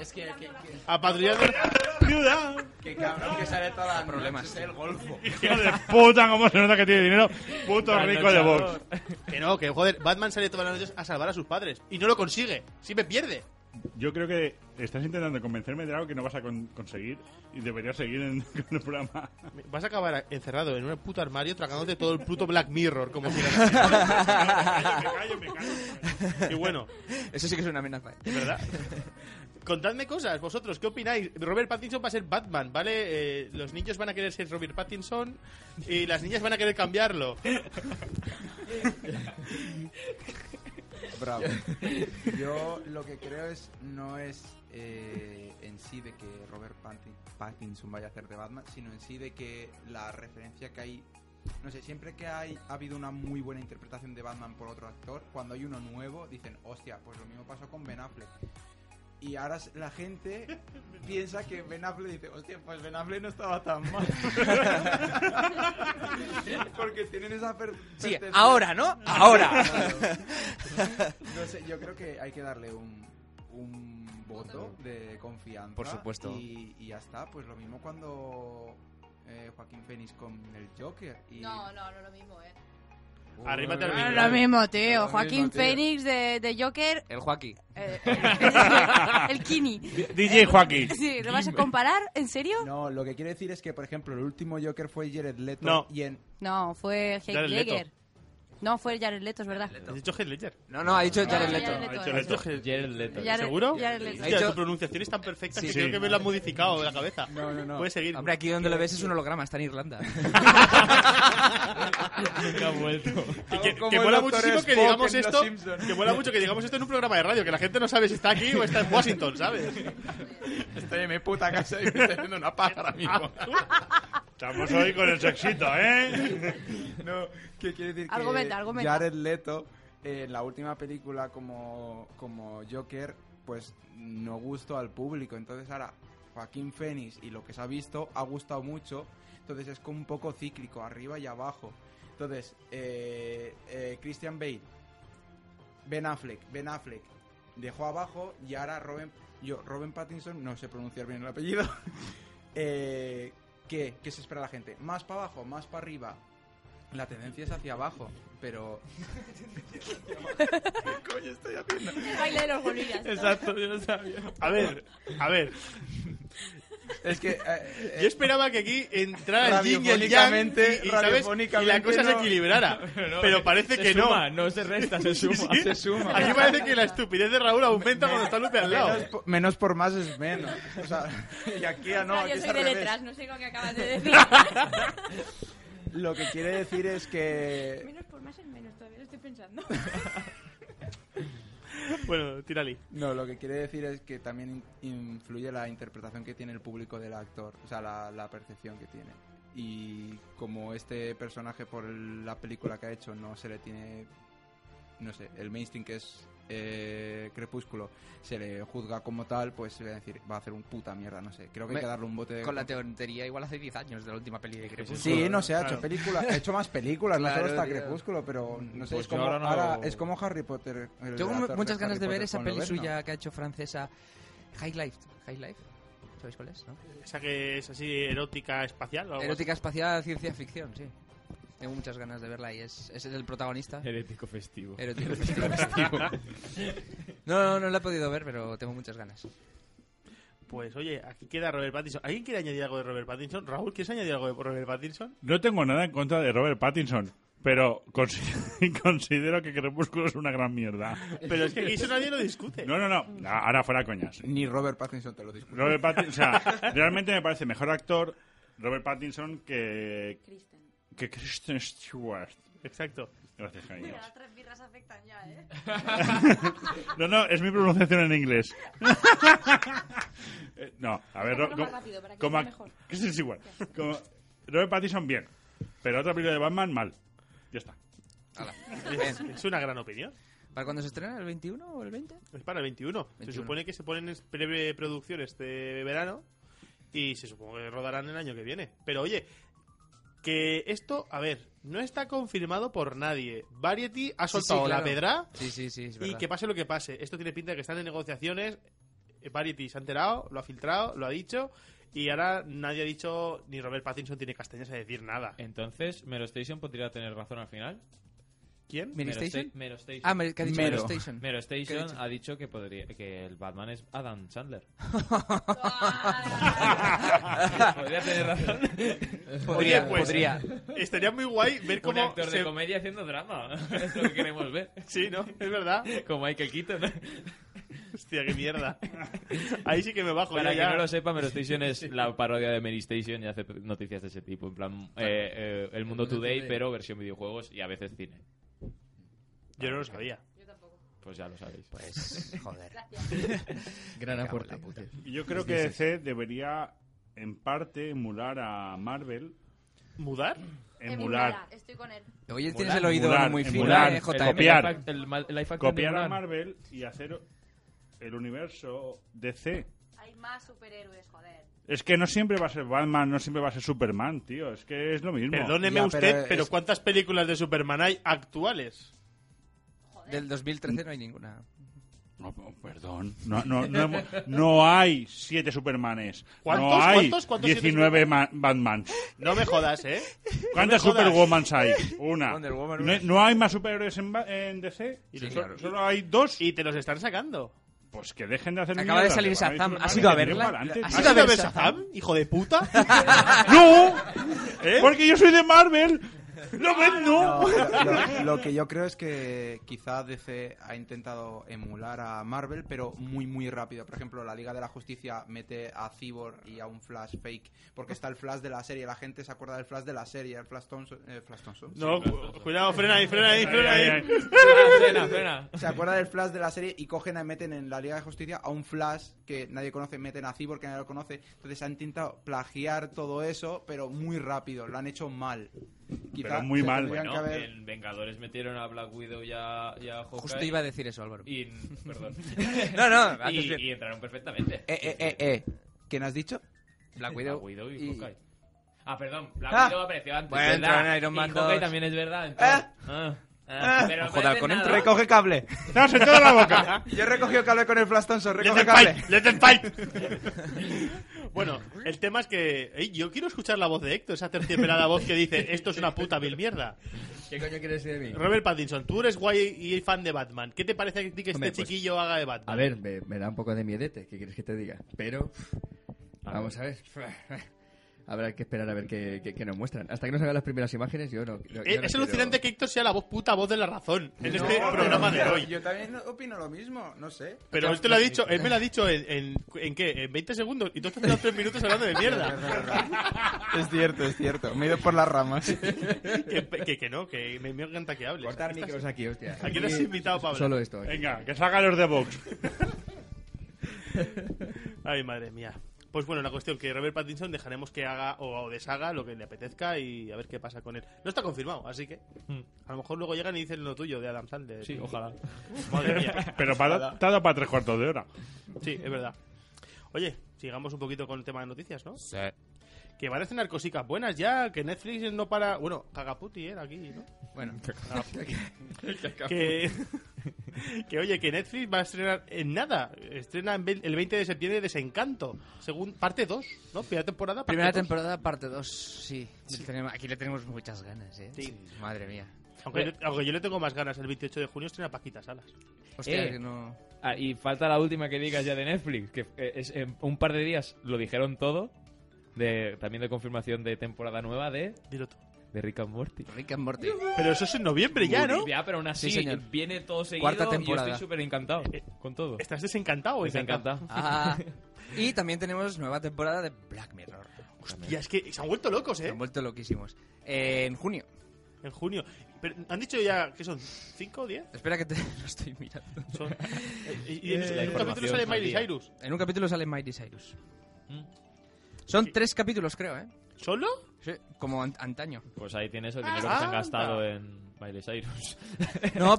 Speaker 4: Es que, que, que,
Speaker 2: a patrullar la ciudad.
Speaker 4: que cabrón que sale toda la
Speaker 1: Problemas.
Speaker 4: noche, es el golfo.
Speaker 6: Hijo de puta, cómo se nota que tiene dinero. Puto rico de Vox.
Speaker 2: Que no, que joder, Batman sale todas las noches a salvar a sus padres. Y no lo consigue, siempre pierde.
Speaker 6: Yo creo que estás intentando convencerme de algo que no vas a con- conseguir y deberías seguir en, con el programa.
Speaker 2: Vas a acabar encerrado en un puto armario tragándote todo el puto Black Mirror, como si
Speaker 6: me callo, me callo.
Speaker 2: Y bueno,
Speaker 1: Eso sí que es una amenaza. ¿eh?
Speaker 2: ¿verdad? Contadme cosas, vosotros, ¿qué opináis? Robert Pattinson va a ser Batman, ¿vale? Eh, los niños van a querer ser Robert Pattinson y las niñas van a querer cambiarlo.
Speaker 4: Bravo. Yo lo que creo es, no es eh, en sí de que Robert Patti- Pattinson vaya a hacer de Batman, sino en sí de que la referencia que hay, no sé, siempre que hay, ha habido una muy buena interpretación de Batman por otro actor, cuando hay uno nuevo, dicen, hostia, pues lo mismo pasó con Ben Affleck. Y ahora s- la gente piensa que Ben Affleck dice, hostia, pues Ben Affleck no estaba tan mal. Porque tienen esa per
Speaker 1: Sí,
Speaker 4: percepción.
Speaker 1: ahora, ¿no? Ahora.
Speaker 4: No sé, yo creo que hay que darle un, un voto de confianza.
Speaker 1: Por supuesto.
Speaker 4: Y, y ya está, pues lo mismo cuando eh, Joaquín Fénix con el Joker. Y,
Speaker 8: No, no, no lo mismo, eh.
Speaker 4: Uy,
Speaker 2: Arrímate al
Speaker 1: Ah,
Speaker 4: uy,
Speaker 2: micro.
Speaker 4: uy.
Speaker 7: No es lo mismo,
Speaker 4: Lo
Speaker 7: tío.
Speaker 4: mismo,
Speaker 7: Joaquín
Speaker 4: tío.
Speaker 7: Phoenix de, de Joker.
Speaker 1: El Joaquín.
Speaker 7: eh, el, el Kini.
Speaker 6: DJ Joaquín.
Speaker 7: Sí, ¿lo vas a comparar? ¿En serio?
Speaker 4: No, lo que quiero decir es que, por ejemplo, el último Joker fue Jared Leto.
Speaker 2: No.
Speaker 4: Y en...
Speaker 7: No, fue Heath
Speaker 2: Jared Leto.
Speaker 7: Ledger. No, fue Jared Leto, es verdad.
Speaker 2: ¿Has dicho Heath Ledger?
Speaker 1: No, no, ha dicho Jared
Speaker 7: Ah,
Speaker 1: Leto.
Speaker 7: Jared Leto,
Speaker 2: Ha dicho
Speaker 7: eh.
Speaker 2: Leto.
Speaker 5: Jared Leto.
Speaker 7: Jared-
Speaker 2: ¿Seguro?
Speaker 7: Jared Leto.
Speaker 1: Ha dicho-
Speaker 2: Hostia, tu pronunciación es tan perfecta
Speaker 1: Sí,
Speaker 2: que
Speaker 6: sí.
Speaker 2: creo que me lo has modificado de la cabeza.
Speaker 4: No, no, no.
Speaker 2: Puedes seguir.
Speaker 1: Hombre, aquí donde lo ves es un holograma, está en Irlanda.
Speaker 5: Nunca ha vuelto.
Speaker 2: Y que,
Speaker 4: Como
Speaker 2: que
Speaker 4: el
Speaker 2: mola
Speaker 4: Dr.
Speaker 2: muchísimo que
Speaker 4: Spock
Speaker 2: digamos
Speaker 4: en Los
Speaker 2: esto
Speaker 4: Simpson.
Speaker 2: que mola mucho que digamos esto en un programa de radio que la gente no sabe si está aquí o está en Washington sabes
Speaker 4: Estoy en mi puta casa y me estoy haciendo una paja ahora mismo.
Speaker 6: Estamos hoy con el sexito, ¿eh?
Speaker 4: No, ¿qué quiere decir?
Speaker 7: Argumenta,
Speaker 4: que
Speaker 7: argumenta.
Speaker 4: Jared Leto, eh, en la última película como, como Joker, pues no gustó al público. Entonces ahora Joaquín Phoenix y lo que se ha visto ha gustado mucho. Entonces es como un poco cíclico, arriba y abajo. Entonces, eh, eh, Christian Bale, Ben Affleck, Ben Affleck, dejó abajo y ahora Robin, yo, Robin Pattinson, no sé pronunciar bien el apellido. eh, ¿qué, ¿Qué se espera la gente? ¿Más para abajo? ¿Más para arriba? La tendencia es hacia abajo, pero
Speaker 8: El baile de los gorilas.
Speaker 5: Exacto, yo lo sabía.
Speaker 2: a ver a ver
Speaker 4: es que eh,
Speaker 2: yo
Speaker 4: eh,
Speaker 2: esperaba que aquí entrara el yin y el yang y,
Speaker 4: Radiofónicamente-
Speaker 2: y, ¿sabes? y la
Speaker 4: radiofónicamente
Speaker 2: cosa se
Speaker 4: no.
Speaker 2: equilibrara pero parece
Speaker 5: se
Speaker 2: que no
Speaker 5: suma, no se resta, se suma.
Speaker 2: Sí.
Speaker 4: se suma.
Speaker 2: aquí parece que la estupidez de Raúl aumenta cuando está Lupe al lado
Speaker 4: menos, po- menos por más es menos. O sea, y aquí ya no,
Speaker 8: Ah,
Speaker 4: aquí
Speaker 8: yo
Speaker 4: es
Speaker 8: soy
Speaker 4: al
Speaker 8: de
Speaker 4: revés.
Speaker 8: letras, no sé lo que acabas de decir.
Speaker 4: Lo que quiere decir es que
Speaker 8: menos por más es menos, todavía lo estoy pensando.
Speaker 2: bueno tírale
Speaker 4: no, lo que quiere decir es que también in- influye la interpretación que tiene el público del actor, o sea, la, la percepción que tiene. Y como este personaje por el- la película que ha hecho no se le tiene no sé, el mainstream que es eh, Crepúsculo se le juzga como tal, pues se le va a decir, va a hacer un puta mierda, no sé. Creo que hay
Speaker 1: Me-
Speaker 4: que darle un bote de...
Speaker 1: Con la teoría igual hace 10 años de la última peli de Crepúsculo.
Speaker 4: Sí, no sé, ha
Speaker 2: Claro.
Speaker 4: hecho películas, ha hecho más películas, no
Speaker 1: Claro,
Speaker 4: solo está
Speaker 1: tío.
Speaker 4: Crepúsculo, pero no sé,
Speaker 5: Pues
Speaker 4: es, como,
Speaker 5: yo ahora no
Speaker 4: ahora
Speaker 5: lo-
Speaker 4: es como Harry Potter. el
Speaker 1: Tengo mu-
Speaker 4: actor
Speaker 1: muchas ganas de
Speaker 4: Harry
Speaker 1: ver
Speaker 4: Potter
Speaker 1: esa
Speaker 4: con
Speaker 1: peli
Speaker 4: Lobezno.
Speaker 1: suya que ha hecho francesa. High Life. High Life. ¿Sabéis cuál es? no?
Speaker 2: esa que es así erótica espacial o algo
Speaker 1: Erótica espacial, ciencia ficción, sí. Tengo muchas ganas de verla y es, es el protagonista.
Speaker 5: Herético festivo.
Speaker 1: Erótico festivo. No, no, no la he podido ver, pero tengo muchas ganas.
Speaker 2: así. pues oye aquí queda Robert Pattinson alguien quiere añadir algo de Robert Pattinson Raúl quieres añadir algo de Robert Pattinson
Speaker 6: No tengo nada en contra de Robert Pattinson, pero consi- considero que Crepúsculo es una gran mierda.
Speaker 2: pero es que aquí eso nadie lo discute
Speaker 6: No, no, no. Ahora fuera coñas.
Speaker 4: Ni Robert Pattinson te lo discute.
Speaker 6: Robert Pattinson, o sea, realmente me parece mejor actor Robert Pattinson que,
Speaker 8: Kristen.
Speaker 6: que Kristen Stewart.
Speaker 2: exacto
Speaker 6: Gracias, cariño.
Speaker 8: Las tres birras afectan ya, eh.
Speaker 6: No, no, es mi pronunciación en inglés. Eh, no, a ver,
Speaker 8: Hazlo
Speaker 6: Ro-
Speaker 8: más
Speaker 6: co-
Speaker 8: rápido, para que
Speaker 6: como,
Speaker 8: sea
Speaker 6: ac-
Speaker 8: mejor.
Speaker 6: que sí, es igual. Como- Robert Pattinson, bien. Pero otra película de Batman, mal. Ya está.
Speaker 1: Hala.
Speaker 2: es, Pues, es una gran opinión
Speaker 1: ¿Para cuando se estrena? ¿El 21 o el 20?
Speaker 2: Es para el 21. Se
Speaker 1: 21.
Speaker 2: supone que se ponen en preproducción este verano Y se supongo que rodarán el año que viene. Pero oye, que esto, a ver, no está confirmado por nadie. Variety ha
Speaker 1: Sí, sí,
Speaker 2: soltado la
Speaker 1: claro.
Speaker 2: pedra
Speaker 1: Sí, sí, sí, es
Speaker 2: y
Speaker 1: verdad.
Speaker 2: que pase lo que pase. Esto tiene pinta de que están en negociaciones. eh, Variety se ha enterado, lo ha filtrado, lo ha dicho. Y ahora nadie ha dicho, ni Robert Pattinson tiene castañas a decir nada.
Speaker 5: Entonces, Merostation podría tener razón al final.
Speaker 2: ¿Quién?
Speaker 1: ¿Meristation?
Speaker 5: Merosta- Merostation.
Speaker 1: Ah, me- que ha dicho
Speaker 4: Mero.
Speaker 1: Meristation. ¿Qué ha
Speaker 5: Merostation
Speaker 1: dicho?
Speaker 5: ha dicho que podría que el Batman es Adam Chandler. podría tener razón.
Speaker 1: Podría,
Speaker 2: Oye, pues,
Speaker 1: podría.
Speaker 2: Estaría muy guay ver
Speaker 5: Un
Speaker 2: cómo.
Speaker 5: actor
Speaker 2: se-
Speaker 5: de comedia haciendo drama. es lo que queremos ver.
Speaker 2: Sí, ¿no? Es verdad.
Speaker 5: Como Michael Keaton.
Speaker 2: Hostia, qué mierda. Ahí sí que me bajo.
Speaker 5: Para
Speaker 2: yo
Speaker 5: que
Speaker 2: ya.
Speaker 5: no lo sepa, Merostation es la parodia de Merystation y hace noticias de ese tipo. En plan, eh, eh, El Mundo Today, pero versión videojuegos y a veces cine.
Speaker 2: Yo no lo sabía.
Speaker 5: Pues ya lo sabéis.
Speaker 1: Pues, joder.
Speaker 4: Gran
Speaker 1: aporte.
Speaker 6: Yo creo que DC debería, en parte, emular a Marvel.
Speaker 2: ¿Mudar?
Speaker 6: Emular.
Speaker 8: Estoy con él.
Speaker 1: Hoy él
Speaker 6: Emular,
Speaker 1: tienes el oído
Speaker 6: emular,
Speaker 1: muy fino,
Speaker 6: emular,
Speaker 1: eh, JM.
Speaker 6: copiar.
Speaker 5: El life hack- El, ma- el life hack de
Speaker 6: Copiar a
Speaker 5: Mulan.
Speaker 6: Marvel y hacer el universo DC.
Speaker 8: Hay más superhéroes, joder.
Speaker 6: Es que no siempre va a ser Batman, no siempre va a ser Superman, tío. Es que es lo mismo.
Speaker 2: Perdóneme
Speaker 4: Ya,
Speaker 2: usted, pero,
Speaker 4: pero es-
Speaker 2: ¿cuántas películas de Superman hay actuales?
Speaker 1: Del 2013 no hay ninguna.
Speaker 6: No, no, perdón. No, no, no, hemos- no hay siete Supermanes.
Speaker 2: ¿Cuántos?
Speaker 6: No hay
Speaker 2: ¿Cuántos? ¿Cuántos siete
Speaker 6: 19 ma- Batmans.
Speaker 2: No me jodas, ¿eh?
Speaker 6: ¿Cuántas
Speaker 2: No me jodas.
Speaker 6: Superwomans hay? Una.
Speaker 4: Wonder Woman,
Speaker 6: ¿No,
Speaker 4: una.
Speaker 6: no hay más superhéroes en, Ba- en DC?
Speaker 2: Y
Speaker 6: So-
Speaker 2: los-
Speaker 6: solo, hay dos.
Speaker 2: Y te los están sacando.
Speaker 6: Pues que dejen de hacer
Speaker 1: Acaba de
Speaker 6: mierda,
Speaker 1: salir
Speaker 6: que van ir
Speaker 1: Shazam.
Speaker 6: Supermanes
Speaker 1: ¿Has ido a
Speaker 6: y que
Speaker 1: verla?
Speaker 6: tiren pa'lante.
Speaker 1: ¿Has
Speaker 2: ¿Has
Speaker 1: ido a
Speaker 2: ido a
Speaker 1: ver
Speaker 2: ver
Speaker 1: Shazam?
Speaker 2: Shazam, hijo de puta?
Speaker 6: ¡No! Porque yo soy de Marvel. ¡Lo ven, no!
Speaker 4: No, lo, lo que yo creo es que quizá DC ha intentado emular a Marvel, pero muy, muy rápido. Por ejemplo, la Liga de la Justicia mete a Cyborg y a un Flash fake, porque está el Flash de la serie. La gente se acuerda del Flash de la serie, el Flash Thompson. eh, Flash Thompson.
Speaker 2: No, cu- cuidado, frena ahí, frena ahí, frena
Speaker 6: Ay,
Speaker 2: ahí.
Speaker 6: ay,
Speaker 5: Frena, frena, frena.
Speaker 4: Se acuerda del Flash de la serie y cogen a meten en la Liga de Justicia a un Flash que nadie conoce, meten a Cyborg que nadie lo conoce. Entonces han intentado plagiar todo eso, pero muy rápido. Lo han hecho mal. Quizá
Speaker 6: Pero muy
Speaker 4: se
Speaker 6: mal.
Speaker 4: tendrían
Speaker 5: Bueno,
Speaker 4: que haber-
Speaker 5: en Vengadores metieron a Black Widow y a, y a Hawkeye.
Speaker 1: Justo iba a decir eso, Álvaro.
Speaker 5: Y, perdón.
Speaker 1: No, no, haces
Speaker 5: y,
Speaker 1: bien.
Speaker 5: y entraron perfectamente.
Speaker 4: Eh, eh, eh, eh. ¿Quién has dicho?
Speaker 1: Black
Speaker 5: Black
Speaker 1: Widow.
Speaker 5: Widow y,
Speaker 1: y-
Speaker 5: Hawkeye. Ah, perdón. Black
Speaker 1: Ah.
Speaker 5: Widow apareció antes,
Speaker 1: Bueno,
Speaker 5: ¿verdad?
Speaker 1: entró en Iron Man
Speaker 5: y Hawkeye
Speaker 1: 2.
Speaker 5: también es verdad. entonces- Ah, ah, pero
Speaker 1: Joder,
Speaker 5: aparece
Speaker 1: con
Speaker 5: nada.
Speaker 1: entra-
Speaker 4: Recoge cable.
Speaker 6: ¡Te has echado la boca!
Speaker 4: Yo he recogido cable con el Flash Thompson,
Speaker 2: Let
Speaker 4: recoge
Speaker 2: them
Speaker 4: cable.
Speaker 2: fight, let them fight. Bueno, el tema es que ey, yo quiero escuchar la voz de Héctor, esa terciopelada voz que dice esto es una puta vil mierda.
Speaker 1: ¿Qué coño quieres decir de mí?
Speaker 2: Robert Pattinson, tú eres guay y fan de Batman. ¿Qué te parece que este
Speaker 9: Hombre, pues,
Speaker 2: chiquillo haga de Batman?
Speaker 9: A ver, me, me da un poco de miedete, ¿qué quieres que te diga? Pero, vamos a ver.
Speaker 2: Eh,
Speaker 9: Habrá que esperar a ver qué, qué- qué nos muestran. Hasta que nos hagan las primeras imágenes, yo no. no- yo no
Speaker 2: Eh, es
Speaker 9: quiero-
Speaker 2: alucinante que Héctor sea la voz puta voz de la razón en este programa de hoy.
Speaker 4: Yo también opino lo mismo, no sé.
Speaker 2: Pero él te lo ha dicho, él me lo ha dicho en, en, ¿en qué, en 20 segundos y tú estás haciendo 3 minutos hablando de mierda.
Speaker 4: Es cierto, es cierto. Me he ido por las ramas.
Speaker 2: que, que, que no, que me, me encanta que hables.
Speaker 9: Cortar micros aquí, hostia.
Speaker 2: ¿A quién has invitado, Pablo?
Speaker 9: Solo esto. aquí.
Speaker 6: Venga, que salgan los de Vox.
Speaker 2: Ay, madre mía. Pues bueno, la cuestión que Robert Pattinson dejaremos que haga o, o deshaga lo que le apetezca y a ver qué pasa con él. No está confirmado, así que
Speaker 6: Hmm.
Speaker 2: a lo mejor luego llegan y dicen lo tuyo de Adam Sandler.
Speaker 5: Sí, ojalá.
Speaker 2: Madre mía.
Speaker 6: Pero para, te ha dado para tres cuartos de hora.
Speaker 2: Sí, es verdad. Oye, sigamos un poquito con el tema de noticias, ¿no? Sí. Que van a cenar cositas buenas ya, que Netflix no para... Bueno, Cagaputi era aquí, ¿no?
Speaker 1: Bueno,
Speaker 2: que, que, oye, que Netflix va a estrenar en nada. Estrena en ve- el 20 de septiembre Desencanto, según parte 2, ¿no? Primera temporada. parte
Speaker 1: primera
Speaker 2: dos.
Speaker 1: temporada, parte 2, sí. Le tenemos- Aquí le tenemos muchas ganas, ¿eh?
Speaker 2: Sí.
Speaker 1: Madre mía.
Speaker 2: Aunque, yo- aunque yo le tengo más ganas, el 28 de junio estrena Paquita Salas.
Speaker 1: Hostia,
Speaker 5: Eh.
Speaker 1: que no...
Speaker 5: Ah, y falta la última que digas ya de Netflix, que eh, es en un par de días lo dijeron todo, de, también de confirmación de temporada nueva de,
Speaker 2: Dilo tú.
Speaker 5: de Rick and Morty.
Speaker 1: Rick and Morty.
Speaker 2: Pero eso es en noviembre ya, ¿no?
Speaker 5: Ya, pero aún así
Speaker 1: Sí, señor.
Speaker 5: viene todo seguido
Speaker 1: Cuarta
Speaker 5: y yo
Speaker 1: temporada.
Speaker 5: estoy súper encantado
Speaker 2: Eh,
Speaker 5: con todo.
Speaker 2: ¿Estás desencantado o
Speaker 5: Me encanta.
Speaker 1: Ah, y también tenemos nueva temporada de Black Mirror.
Speaker 2: Y es que se han vuelto locos,
Speaker 1: Se
Speaker 2: ¿eh?
Speaker 1: han vuelto loquísimos. Eh, en junio.
Speaker 2: En junio. Pero, ¿Han dicho ya que son 5 o 10?
Speaker 1: Espera que te lo estoy mirando.
Speaker 2: Son... Eh, y y en,
Speaker 5: La
Speaker 2: en un capítulo
Speaker 5: información
Speaker 2: sale
Speaker 5: al
Speaker 2: Miley
Speaker 5: día.
Speaker 2: Cyrus.
Speaker 1: En un capítulo sale Miley Cyrus.
Speaker 5: Mm.
Speaker 1: Son
Speaker 2: Sí.
Speaker 1: tres capítulos, creo, ¿eh?
Speaker 2: ¿Solo?
Speaker 1: Sí, como an- antaño.
Speaker 5: Pues ahí tienes el dinero que se
Speaker 2: Ah,
Speaker 5: han gastado
Speaker 2: anda.
Speaker 5: en... Miley Cyrus.
Speaker 1: No,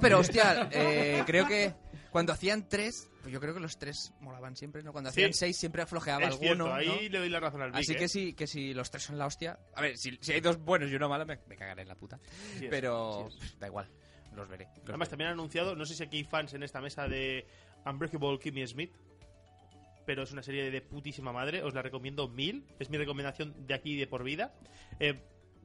Speaker 1: pero hostia, eh, creo que cuando hacían tres, pues yo creo que los tres molaban siempre, ¿no? Cuando
Speaker 2: Sí.
Speaker 1: hacían seis siempre aflojeaba
Speaker 2: es
Speaker 1: alguno.
Speaker 2: cierto,
Speaker 1: ¿no?
Speaker 2: ahí le doy la razón al Vic,
Speaker 1: Así
Speaker 2: ¿eh?
Speaker 1: que sí, que si los tres son la hostia. A ver, si, si hay dos buenos y uno malo, me, me cagaré en la puta.
Speaker 2: Sí es,
Speaker 1: pero
Speaker 2: sí es.
Speaker 1: pff, da igual, los veré. los
Speaker 2: Además,
Speaker 1: veré.
Speaker 2: también han anunciado, no sé si aquí hay fans en esta mesa de Unbreakable Kimmy Smith, pero es una serie de putísima madre, os la recomiendo mil, es mi recomendación de aquí de por vida. Eh,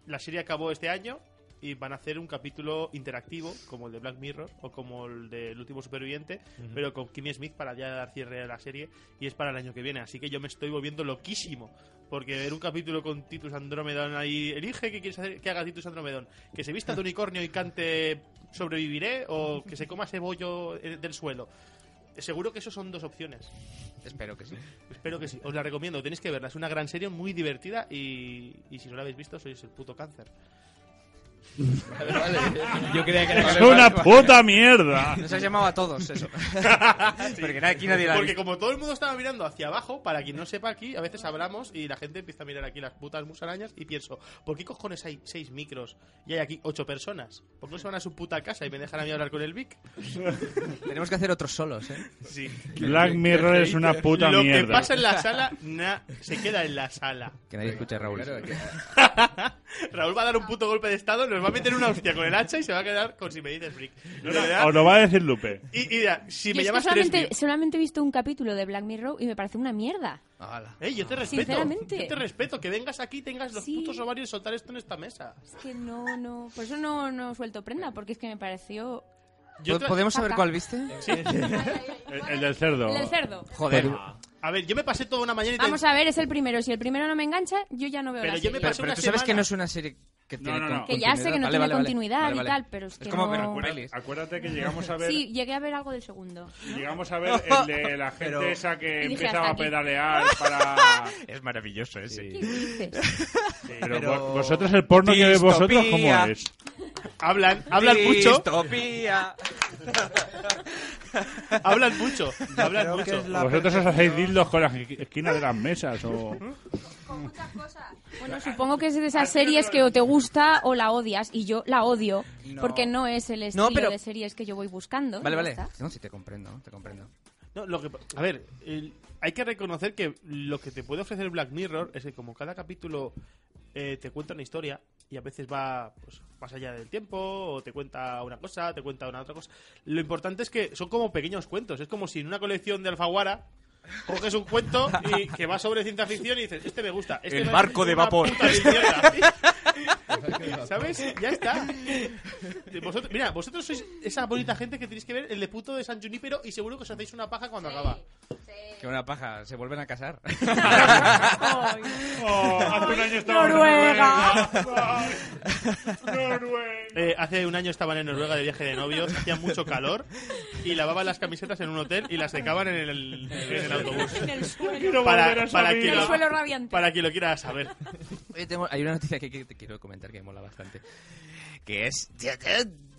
Speaker 2: la serie acabó este año y van a hacer un capítulo interactivo, como el de Black Mirror o como el del último superviviente, pero con Kimmy Smith para ya dar cierre a la serie y es para el año que viene, así que yo me estoy volviendo loquísimo. Porque ver un capítulo con Titus Andromedon ahí, elige qué quieres hacer que haga Titus Andromedon, que se vista de unicornio y cante sobreviviré o que se coma ese bollo eh, del suelo. Seguro que eso son dos opciones.
Speaker 1: Espero que sí.
Speaker 2: Espero que sí. Os la recomiendo, tenéis que verla. Es una gran serie, muy divertida y, y si no la habéis visto, sois el puto cáncer.
Speaker 5: Yo creía que
Speaker 6: ¡Es una puta mierda!
Speaker 1: Nos has llamado a todos, eso. Porque na- aquí nadie la ha
Speaker 2: Porque
Speaker 1: visto.
Speaker 2: como todo el mundo estaba mirando hacia abajo, para quien no sepa aquí, a veces hablamos y la gente empieza a mirar aquí las putas musarañas y pienso, ¿por qué cojones hay seis micros y hay aquí ocho personas? ¿Por qué no se van a su puta casa y me dejan a mí hablar con el Vic?
Speaker 1: Tenemos que hacer otros solos, ¿eh?
Speaker 2: Sí.
Speaker 6: Black Mirror es una puta
Speaker 2: Lo que
Speaker 6: mierda.
Speaker 2: pasa en la sala, na, se queda en la sala.
Speaker 1: Que nadie escuche a Raúl.
Speaker 9: Claro, que-
Speaker 2: Raúl va a dar un puto golpe de estado, nos va a meter una hostia con el hacha y se va a quedar con si me dices Brick. No, de verdad.
Speaker 6: Os lo va a decir Lupe.
Speaker 2: Y, y dirá, si
Speaker 10: Yo
Speaker 2: me
Speaker 10: es que
Speaker 2: llamas tres
Speaker 10: solamente,
Speaker 2: mil.
Speaker 10: solamente he visto un capítulo de Black Mirror y me parece una mierda.
Speaker 1: Hala.
Speaker 2: Eh, yo te respeto.
Speaker 10: Sinceramente.
Speaker 2: Yo te respeto que vengas aquí y tengas los
Speaker 10: Sí.
Speaker 2: putos ovarios de soltar esto en esta mesa.
Speaker 10: Es que no, no. Por eso no, no suelto prenda, porque es que me pareció.
Speaker 2: Yo
Speaker 1: ¿Po-
Speaker 2: tra-
Speaker 1: ¿Podemos saber cuál viste?
Speaker 6: El, el del cerdo.
Speaker 10: El del cerdo.
Speaker 1: Joder.
Speaker 2: A ver, yo me pasé toda una mañana y te-
Speaker 10: Vamos a ver, es el primero. Si el primero no me engancha, yo ya no veo
Speaker 2: Pero
Speaker 10: la
Speaker 2: yo me
Speaker 10: serie.
Speaker 1: Pero,
Speaker 2: pasé
Speaker 1: pero
Speaker 2: una
Speaker 1: tú sabes
Speaker 2: semana.
Speaker 1: que no es una serie que tiene
Speaker 6: no,
Speaker 1: con-
Speaker 6: no.
Speaker 10: Que ya sé que no
Speaker 1: continuidad.
Speaker 10: tiene continuidad y tal, pero es que
Speaker 1: como
Speaker 10: no-
Speaker 1: ver
Speaker 10: Recuerda-
Speaker 1: pelis.
Speaker 6: Acuérdate que llegamos a ver
Speaker 10: Sí, llegué a ver algo del segundo.
Speaker 6: llegamos a ver el de la gente
Speaker 4: Pero-
Speaker 6: esa que
Speaker 10: Y dije, hasta
Speaker 6: empezaba a
Speaker 10: aquí.
Speaker 6: pedalear para
Speaker 1: Es maravilloso ese.
Speaker 10: ¿Qué dices?
Speaker 6: Pero,
Speaker 4: Pero-
Speaker 6: vo- vosotros el porno que veis vosotros cómo
Speaker 1: Distopía.
Speaker 6: es.
Speaker 2: Hablan, hablan mucho,
Speaker 1: Distopía.
Speaker 2: hablan mucho, hablan
Speaker 4: creo que
Speaker 2: mucho.
Speaker 4: es la
Speaker 6: Vosotros os
Speaker 4: percepción-
Speaker 6: hacéis dildos con las esquinas de las mesas o
Speaker 8: Con muchas cosas.
Speaker 10: Bueno, supongo que es de esas series que o te gusta o la odias, y yo la odio,
Speaker 4: No.
Speaker 10: porque no es el estilo
Speaker 1: pero-
Speaker 10: de series que yo voy buscando.
Speaker 1: Vale,
Speaker 10: Ya
Speaker 1: vale.
Speaker 10: está.
Speaker 1: No, sí, te comprendo, te comprendo.
Speaker 2: No, lo que, a ver, el- hay que reconocer que lo que te puede ofrecer Black Mirror es que como cada capítulo eh, te cuenta una historia y a veces va pues, más allá del tiempo o te cuenta una cosa, te cuenta una otra cosa. Lo importante es que son como pequeños cuentos. Es como si en una colección de Alfaguara coges un cuento y que va sobre ciencia ficción y dices, este me gusta. Este
Speaker 1: El
Speaker 2: me
Speaker 1: barco
Speaker 2: es
Speaker 1: de
Speaker 2: una
Speaker 1: vapor.
Speaker 2: puta de mierda. ¿Sabes? Ya está. Vosotros- mira, vosotros sois esa bonita gente que tenéis que ver el de puto de San Junipero y seguro que os hacéis una paja cuando acaba.
Speaker 1: Que una paja, se vuelven a casar.
Speaker 6: Oh, hace un año estábamos en
Speaker 10: Noruega.
Speaker 6: Noruega. Noruega.
Speaker 2: Eh, hace un año estaban en Noruega de viaje de novios, hacía mucho calor y lavaban las camisetas en un hotel y las secaban en el, en el autobús.
Speaker 10: En el suelo.
Speaker 6: Quiero
Speaker 2: Para-
Speaker 6: volver a esa
Speaker 2: para
Speaker 6: vida.
Speaker 10: En el
Speaker 2: lo-
Speaker 10: suelo radiante.
Speaker 2: Para quien lo quiera saber.
Speaker 1: Oye, tengo- hay una noticia que, que te quiero comentar que me mola bastante. Que es...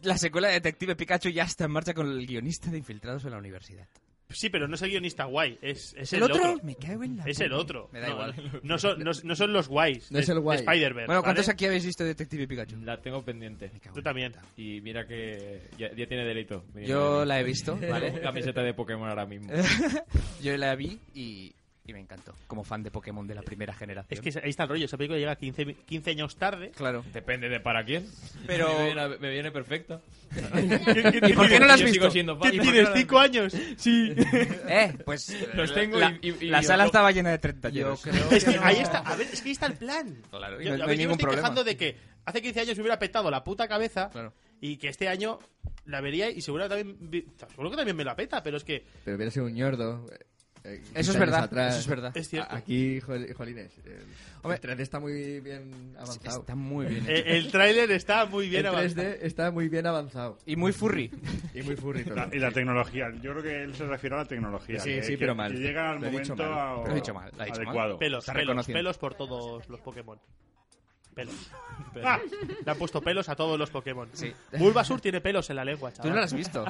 Speaker 1: La secuela de Detective Pikachu ya está en marcha con el guionista de Infiltrados en la universidad.
Speaker 2: Sí, pero no es el guionista guay, es, es
Speaker 1: ¿El
Speaker 2: el,
Speaker 1: otro?
Speaker 2: otro.
Speaker 1: Me cago en la
Speaker 2: Es el
Speaker 1: puta.
Speaker 2: otro.
Speaker 1: Me da
Speaker 2: No,
Speaker 1: igual.
Speaker 2: No son, no, no son los guays.
Speaker 9: No es el guay.
Speaker 2: Spider-Man.
Speaker 1: Bueno, ¿cuántos
Speaker 2: ¿vale?
Speaker 1: aquí habéis visto Detective Pikachu?
Speaker 5: La tengo pendiente.
Speaker 1: Me cago en
Speaker 2: Tú
Speaker 1: la
Speaker 2: también.
Speaker 5: Y mira que ya, ya tiene delito. Mira,
Speaker 1: Yo
Speaker 5: mira,
Speaker 1: la he visto,
Speaker 5: mira. Tengo
Speaker 1: ¿vale?
Speaker 5: camiseta de Pokémon ahora mismo.
Speaker 1: Yo la vi y, y me encantó. Como fan de Pokémon de la primera
Speaker 2: Es
Speaker 1: generación.
Speaker 2: que ahí está el rollo, esa película llega 15, 15 años tarde.
Speaker 1: Claro.
Speaker 5: Depende de para quién.
Speaker 1: Pero-
Speaker 5: Me viene, me viene perfecta.
Speaker 1: ¿Y por qué no la has
Speaker 5: Yo sigo
Speaker 1: visto?
Speaker 5: siendo fan.
Speaker 2: ¿Qué
Speaker 5: ¿Y por qué
Speaker 2: tienes?
Speaker 5: no la-
Speaker 2: ¿Cinco años? Sí.
Speaker 1: Eh, pues...
Speaker 5: Los
Speaker 1: la-
Speaker 5: tengo
Speaker 1: la,
Speaker 5: y- y- y
Speaker 1: la sala
Speaker 5: yo-
Speaker 1: estaba llena de 30
Speaker 4: Yo
Speaker 1: años.
Speaker 4: creo
Speaker 2: Es que
Speaker 4: no.
Speaker 2: ahí está, a ver, es que ahí está el plan.
Speaker 1: Claro, y
Speaker 2: yo,
Speaker 1: no-
Speaker 2: a
Speaker 1: no
Speaker 2: ver,
Speaker 1: hay
Speaker 2: yo
Speaker 1: ningún
Speaker 2: me estoy
Speaker 1: problema.
Speaker 2: quejando de que hace 15 años me hubiera petado la puta cabeza
Speaker 1: Claro.
Speaker 2: y que este año la vería y seguro, también, vi- seguro que también me la peta, pero es que
Speaker 9: Pero hubiera sido un ñordo. eh, eh, 15
Speaker 1: Eso es
Speaker 9: años
Speaker 1: verdad,
Speaker 9: atrás.
Speaker 1: eso es verdad.
Speaker 2: es cierto.
Speaker 9: A- Aquí, joel- Jolines. El,
Speaker 1: Hombre.
Speaker 9: el 3D está muy bien avanzado.
Speaker 1: Está muy bien. hecho.
Speaker 2: Eh, el tráiler está muy bien
Speaker 9: el 3D
Speaker 2: avanzado.
Speaker 9: está muy bien avanzado.
Speaker 1: Y muy furry.
Speaker 9: Y muy furry todo.
Speaker 6: La- y la tecnología. Yo creo que él se refiere a la tecnología.
Speaker 9: Sí,
Speaker 6: que-
Speaker 9: sí,
Speaker 6: que-
Speaker 9: pero mal.
Speaker 6: Que llega al
Speaker 9: Lo he dicho
Speaker 6: momento
Speaker 9: mal.
Speaker 6: a-
Speaker 1: Lo he dicho mal, lo he dicho mal.
Speaker 6: adecuado.
Speaker 2: Pelos,
Speaker 1: Está
Speaker 2: pelos,
Speaker 1: reconociendo.
Speaker 2: pelos por todos los Pokémon. Pelos. Pelos. Le han puesto pelos a todos los Pokémon.
Speaker 1: Sí.
Speaker 2: Bulbasur tiene pelos en la lengua,
Speaker 1: Tú
Speaker 2: chaval.
Speaker 1: no la has visto.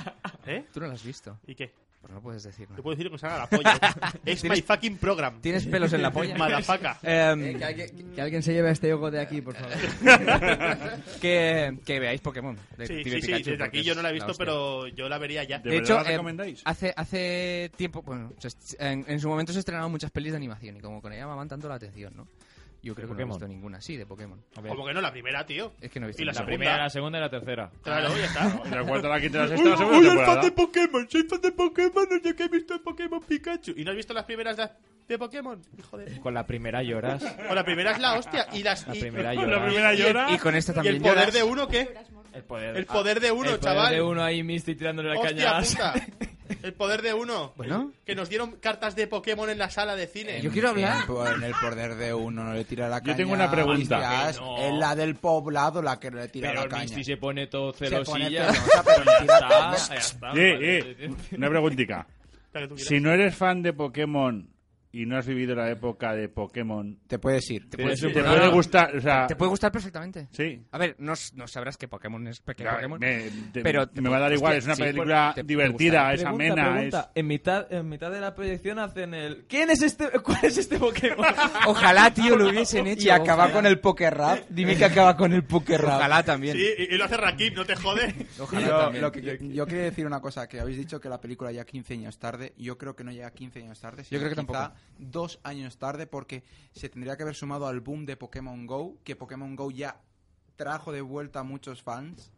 Speaker 2: ¿Eh?
Speaker 1: Tú no la has visto.
Speaker 2: ¿Y qué?
Speaker 1: Pues no puedes decir nada.
Speaker 2: Te puedo decir que se haga la polla. It's my fucking program.
Speaker 1: ¿Tienes pelos en la polla? Em,
Speaker 2: Madafaca.
Speaker 9: Eh, que, alguien, que alguien se lleve a este ojo de aquí, por favor.
Speaker 1: que, que veáis Pokémon. de
Speaker 2: Sí, sí,
Speaker 1: Detective
Speaker 2: sí,
Speaker 1: Pikachu,
Speaker 2: desde aquí
Speaker 1: porque
Speaker 2: yo no la he
Speaker 1: es
Speaker 2: visto,
Speaker 1: hostia.
Speaker 2: pero yo la vería ya.
Speaker 1: De, hecho, eh, hace, hace tiempo, bueno, se est- en, en su momento se estrenaron muchas pelis de animación y como que le llamaban tanto la atención, ¿no? Yo creo que no he
Speaker 5: Pokémon?
Speaker 1: visto ninguna, sí, de Pokémon.
Speaker 2: Como que no, la primera, tío.
Speaker 1: Es que no he visto
Speaker 2: Y la,
Speaker 1: ninguna.
Speaker 2: segunda.
Speaker 5: primera, la segunda y la tercera.
Speaker 2: Claro, ya está.
Speaker 6: Y la cuarta, la quinta y la sexta,
Speaker 2: Uy,
Speaker 6: la segunda
Speaker 2: uy, el
Speaker 6: temporada.
Speaker 2: fan de Pokémon, soy fan de Pokémon, no sé qué he visto en Pokémon Pikachu. ¿Y no has visto las primeras de, de Pokémon? Hijo de...
Speaker 5: Con la primera lloras.
Speaker 2: O la primera es la hostia y las...
Speaker 5: La
Speaker 2: y-
Speaker 5: primera
Speaker 2: y-
Speaker 5: llora.
Speaker 2: y-
Speaker 5: primera
Speaker 2: y-
Speaker 5: llora.
Speaker 2: Y,
Speaker 5: Y con
Speaker 2: ¿Y
Speaker 5: esta
Speaker 2: el
Speaker 5: también
Speaker 2: poder
Speaker 5: lloras.
Speaker 2: de uno qué?
Speaker 5: El poder, ah,
Speaker 2: El poder de uno,
Speaker 5: el poder
Speaker 2: chaval.
Speaker 5: de uno ahí, Misty tirándole la caña.
Speaker 2: Hostia puta. El poder de uno.
Speaker 1: Bueno.
Speaker 2: Que nos dieron cartas de Pokémon en la sala de cine.
Speaker 4: Tiempo, En el poder de uno, no le tira la
Speaker 6: Yo
Speaker 4: caña.
Speaker 6: tengo una pregunta.
Speaker 4: hostias,
Speaker 5: No.
Speaker 4: Es la del poblado la que le tira
Speaker 5: Pero
Speaker 4: la
Speaker 5: el
Speaker 4: caña.
Speaker 5: Misty se pone todo celosilla.
Speaker 4: pone
Speaker 5: ya
Speaker 4: celosa, pero encima
Speaker 5: está,
Speaker 4: te-
Speaker 5: ya está.
Speaker 6: Eh,
Speaker 5: vale.
Speaker 6: eh, una preguntica. Si no eres fan de Pokémon y no has vivido la época de Pokémon,
Speaker 4: Te puedes ir.
Speaker 6: te,
Speaker 5: puedes ir.
Speaker 6: te
Speaker 5: No,
Speaker 6: puede
Speaker 5: no.
Speaker 6: gustar. O sea,
Speaker 1: Te puede gustar perfectamente.
Speaker 6: Sí.
Speaker 1: A ver, no, s- no sabrás que Pokémon es pequeño
Speaker 6: Ya,
Speaker 1: Pokémon.
Speaker 6: me- te-
Speaker 1: pero te
Speaker 6: me va a dar
Speaker 1: puede-
Speaker 6: igual,
Speaker 1: hostia,
Speaker 6: es una
Speaker 1: sí,
Speaker 6: película
Speaker 1: te- te
Speaker 6: divertida,
Speaker 1: gustará.
Speaker 6: es
Speaker 5: Pregunta,
Speaker 6: amena,
Speaker 5: pregunta. En, mitad, en mitad de la proyección hacen el... ¿Quién es este? ¿Cuál es este Pokémon?
Speaker 1: Ojalá, tío, lo hubiesen hecho.
Speaker 4: Y acaba
Speaker 1: ojalá.
Speaker 4: con el poker rap. Dime que acaba con el poker rap.
Speaker 1: Ojalá también.
Speaker 2: Sí, y, y lo hace Rakib, no te jode.
Speaker 1: Ojalá
Speaker 4: yo,
Speaker 1: también.
Speaker 4: lo que- yo- yo quería decir una cosa, que habéis dicho que la película llega 15 años tarde. Yo creo que no llega 15 años tarde, sino
Speaker 1: creo que
Speaker 4: quizá
Speaker 1: tampoco.
Speaker 4: dos años tarde, porque se tendría que haber sumado al boom de Pokémon GO, que Pokémon GO ya trajo de vuelta a muchos fans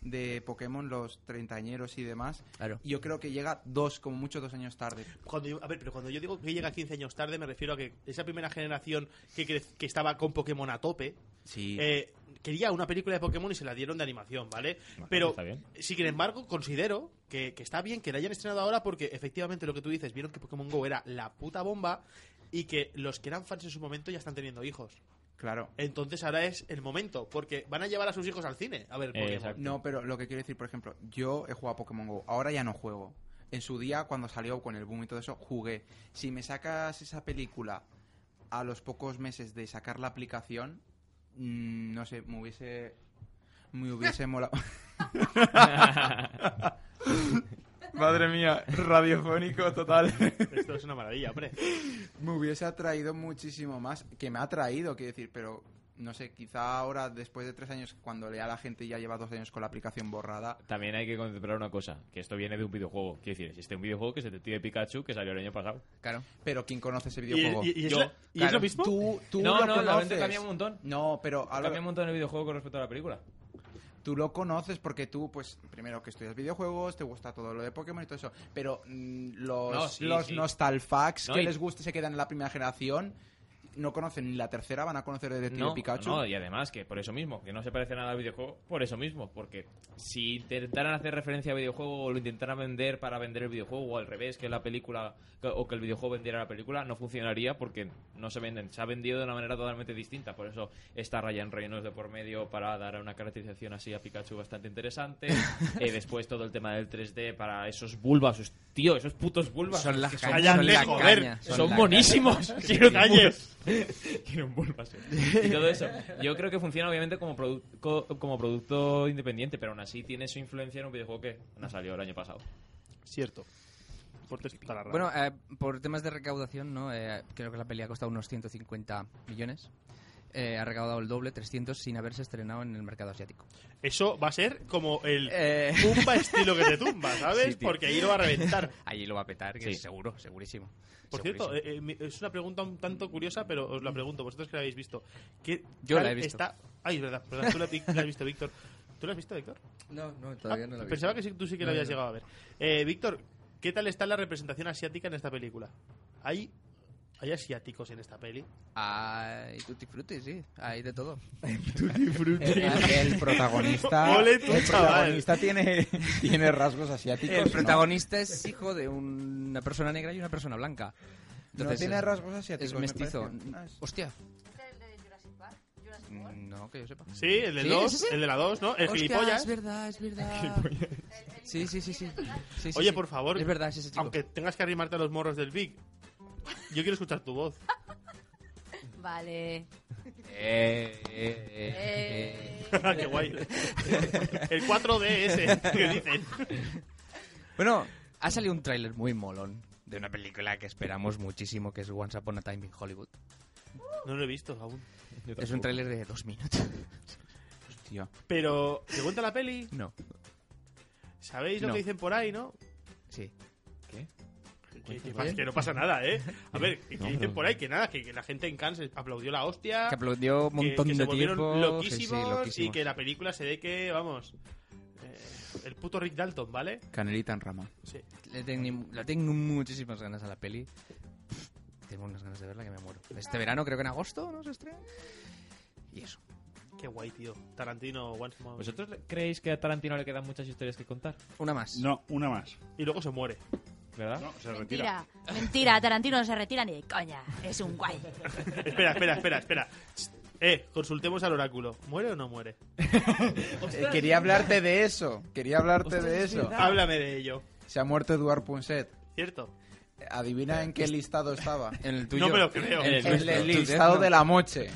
Speaker 4: de Pokémon, los treintañeros y demás.
Speaker 1: Claro.
Speaker 4: Yo creo que llega dos, como mucho dos años tarde.
Speaker 2: Cuando yo- a ver, pero cuando yo digo que llega 15 años tarde, me refiero a que esa primera generación que, cre- que estaba con Pokémon a tope,
Speaker 4: Sí.
Speaker 2: eh, quería una película de Pokémon y se la dieron de animación, ¿vale? pero,
Speaker 5: está bien.
Speaker 2: sin embargo, considero que, que está bien que la hayan estrenado ahora porque efectivamente lo que tú dices, vieron que Pokémon Go era la puta bomba y que los que eran fans en su momento ya están teniendo hijos.
Speaker 4: Claro.
Speaker 2: Entonces ahora es el momento, porque van a llevar a sus hijos al cine a ver
Speaker 5: Eh,
Speaker 2: Pokémon.
Speaker 5: exacto.
Speaker 4: No, pero lo que quiero decir, por ejemplo, yo he jugado a Pokémon Go, ahora ya no juego. En su día, cuando salió con el boom y todo eso, jugué. Si me sacas esa película a los pocos meses de sacar la aplicación, mm, no sé, me hubiese. Me hubiese molado. Madre mía, radiofónico total.
Speaker 2: Esto es una maravilla, hombre.
Speaker 4: me hubiese atraído muchísimo más. Que me ha atraído, quiero decir, pero. No sé, quizá ahora, después de tres años, cuando lea la gente ya lleva dos años con la aplicación borrada,
Speaker 5: También hay que contemplar una cosa, que esto viene de un videojuego. Quiero decir, existe un videojuego que es Detective Pikachu que salió el año pasado.
Speaker 1: Claro.
Speaker 4: Pero ¿quién conoce ese
Speaker 2: ¿Y,
Speaker 4: videojuego?
Speaker 2: y- y es,
Speaker 5: Yo,
Speaker 2: la- y es
Speaker 5: claro.
Speaker 2: lo mismo?
Speaker 4: Tú, tú
Speaker 5: no,
Speaker 4: lo
Speaker 5: no, la
Speaker 4: conoces.
Speaker 5: venta cambia un montón.
Speaker 4: No, pero ahora-
Speaker 5: Cambia un montón el videojuego con respecto a la película.
Speaker 4: tú lo conoces porque tú, pues, primero que estudias videojuegos, te gusta todo lo de Pokémon y todo eso. Pero mm, los,
Speaker 5: No, sí,
Speaker 4: los
Speaker 5: sí.
Speaker 4: nostalfax
Speaker 5: No,
Speaker 4: que
Speaker 5: y-
Speaker 4: les gusta y se quedan en la primera generación, no conocen ni la tercera, van a conocer de
Speaker 5: No,
Speaker 4: Pikachu.
Speaker 5: no, y además que por eso mismo, que no se parece nada al videojuego, por eso mismo, porque si intentaran hacer referencia al videojuego o lo intentaran vender para vender el videojuego o al revés, que la película que- o que el videojuego vendiera la película, no funcionaría porque no se venden, se ha vendido de una manera totalmente distinta, por eso está Ryan Reynolds de por medio para dar una caracterización así a Pikachu bastante interesante, Eh, después todo el tema del 3D para esos bulbas, sus- tío, esos putos bulbas.
Speaker 1: Son las
Speaker 5: que
Speaker 1: cañas.
Speaker 2: Cállate,
Speaker 1: Son la
Speaker 2: joder.
Speaker 1: caña,
Speaker 5: son,
Speaker 1: la
Speaker 5: buenísimos. Quiero un
Speaker 2: calles.
Speaker 5: Bulbas. Quiero un Bulbas. Y todo eso. Yo creo que funciona obviamente como, produ- co- como producto independiente, pero aún así tiene su influencia en un videojuego que no salió el año pasado.
Speaker 2: Cierto. Porque es para la
Speaker 1: Bueno,
Speaker 2: radio.
Speaker 1: eh, por temas de recaudación, ¿no? Eh, creo que la peli ha costado unos 150 millones. Eh, ha recaudado el doble, 300, sin haberse estrenado en el mercado asiático.
Speaker 2: eso va a ser como el
Speaker 1: Eh.
Speaker 2: tumba estilo que te tumba, ¿sabes?
Speaker 1: Sí, tío.
Speaker 2: Porque ahí lo va a reventar.
Speaker 1: Allí lo va a petar, que
Speaker 5: Sí.
Speaker 1: seguro, segurísimo.
Speaker 2: Por
Speaker 1: Segurísimo.
Speaker 2: cierto, eh, eh, mi- es una pregunta un tanto curiosa, pero os la pregunto, vosotros que la habéis visto. ¿Qué
Speaker 1: Yo la
Speaker 2: tal
Speaker 1: he visto.
Speaker 2: Está... Ay, es verdad, perdón, tú la, la has visto, Víctor. ¿Tú la has visto, Víctor?
Speaker 9: no, no, todavía
Speaker 2: Ah,
Speaker 9: no lo he
Speaker 2: Pensaba que
Speaker 9: visto.
Speaker 2: sí- tú sí que la
Speaker 9: No,
Speaker 2: habías
Speaker 9: no.
Speaker 2: llegado a ver. Eh, Víctor, ¿qué tal está la representación asiática en esta película? ¿Hay, hay asiáticos en esta peli?
Speaker 1: Hay tutti frutti, sí. Hay de todo.
Speaker 4: El, Eh, el protagonista,
Speaker 2: eh, Ole tú,
Speaker 4: el
Speaker 2: chaval.
Speaker 4: protagonista tiene, tiene rasgos asiáticos.
Speaker 1: El
Speaker 4: ¿no?
Speaker 1: protagonista es hijo de un- una persona negra y una persona blanca.
Speaker 4: No,
Speaker 1: Entonces,
Speaker 4: tiene
Speaker 1: es-
Speaker 4: rasgos asiáticos.
Speaker 1: Es
Speaker 4: me
Speaker 1: mestizo.
Speaker 4: parece. Ah, es-
Speaker 1: Hostia.
Speaker 8: el de Jurassic Park? Jurassic World.
Speaker 1: No, que yo sepa.
Speaker 2: Sí, el de
Speaker 1: Sí,
Speaker 2: dos,
Speaker 1: sí, sí.
Speaker 2: el de la 2, ¿no? El
Speaker 1: Hostia,
Speaker 2: gilipollas.
Speaker 1: es verdad, es verdad.
Speaker 8: El- el
Speaker 1: Sí, sí, sí, sí. Sí, sí,
Speaker 2: Oye,
Speaker 1: sí.
Speaker 2: por favor,
Speaker 1: Es verdad, es ese chico.
Speaker 2: Aunque tengas que arrimarte a los morros del Big, yo quiero escuchar tu voz.
Speaker 8: Vale.
Speaker 1: Eh, eh, eh, eh.
Speaker 8: Eh,
Speaker 2: Qué guay. El 4DS, ¿qué dicen?
Speaker 1: Bueno, Ha salido un tráiler muy molón de una película que esperamos muchísimo, que es Once Upon a Time in Hollywood.
Speaker 2: No lo he visto aún.
Speaker 1: Es un tráiler de dos minutos.
Speaker 4: Hostia.
Speaker 2: Pero, ¿te cuenta la peli?
Speaker 1: No.
Speaker 2: ¿Sabéis lo
Speaker 1: No.
Speaker 2: que dicen por ahí, no?
Speaker 1: Sí.
Speaker 2: ¿Qué? Que,
Speaker 1: Cuéntame.
Speaker 2: pasa- que no pasa nada, ¿eh? A ver, que, que
Speaker 1: No,
Speaker 2: dicen
Speaker 1: pero-
Speaker 2: por ahí que nada, que, que la gente en Cannes aplaudió la hostia.
Speaker 1: Que aplaudió un montón
Speaker 2: Ah. que, que
Speaker 1: de
Speaker 2: se volvieron
Speaker 1: tiempo, sí, sí,
Speaker 2: Loquísimos, y
Speaker 1: loquísimos.
Speaker 2: que la película se ve que, vamos, eh, el puto Rick Dalton, ¿vale?
Speaker 4: Canelita en rama.
Speaker 2: Sí.
Speaker 1: Le tengo, le tengo muchísimas ganas a la peli. Tengo unas ganas de verla que me muero. Este verano, creo que en agosto, ¿no? Se estrena. Y eso.
Speaker 2: Qué guay, tío. Tarantino, once more.
Speaker 5: ¿Vosotros le- creéis que a Tarantino le quedan muchas historias que contar?
Speaker 1: Una más.
Speaker 6: No, una más.
Speaker 2: Y luego se muere.
Speaker 5: ¿Verdad?
Speaker 6: se
Speaker 7: Mentira, mentira, Tarantino no se retira ni de coña. Es un guay.
Speaker 2: espera, espera, espera, espera. Eh, consultemos al oráculo. ¿Muere o no muere?
Speaker 4: Eh, quería hablarte de eso. Quería hablarte
Speaker 2: Ostras,
Speaker 4: de
Speaker 2: es
Speaker 4: eso.
Speaker 2: verdad. Háblame de ello.
Speaker 4: Se ha muerto Eduard Punset.
Speaker 2: ¿Cierto?
Speaker 4: Adivina en qué listado estaba.
Speaker 1: En el
Speaker 2: tuyo. me lo creo.
Speaker 4: En el,
Speaker 2: En el nuestro.
Speaker 4: listado de la moche.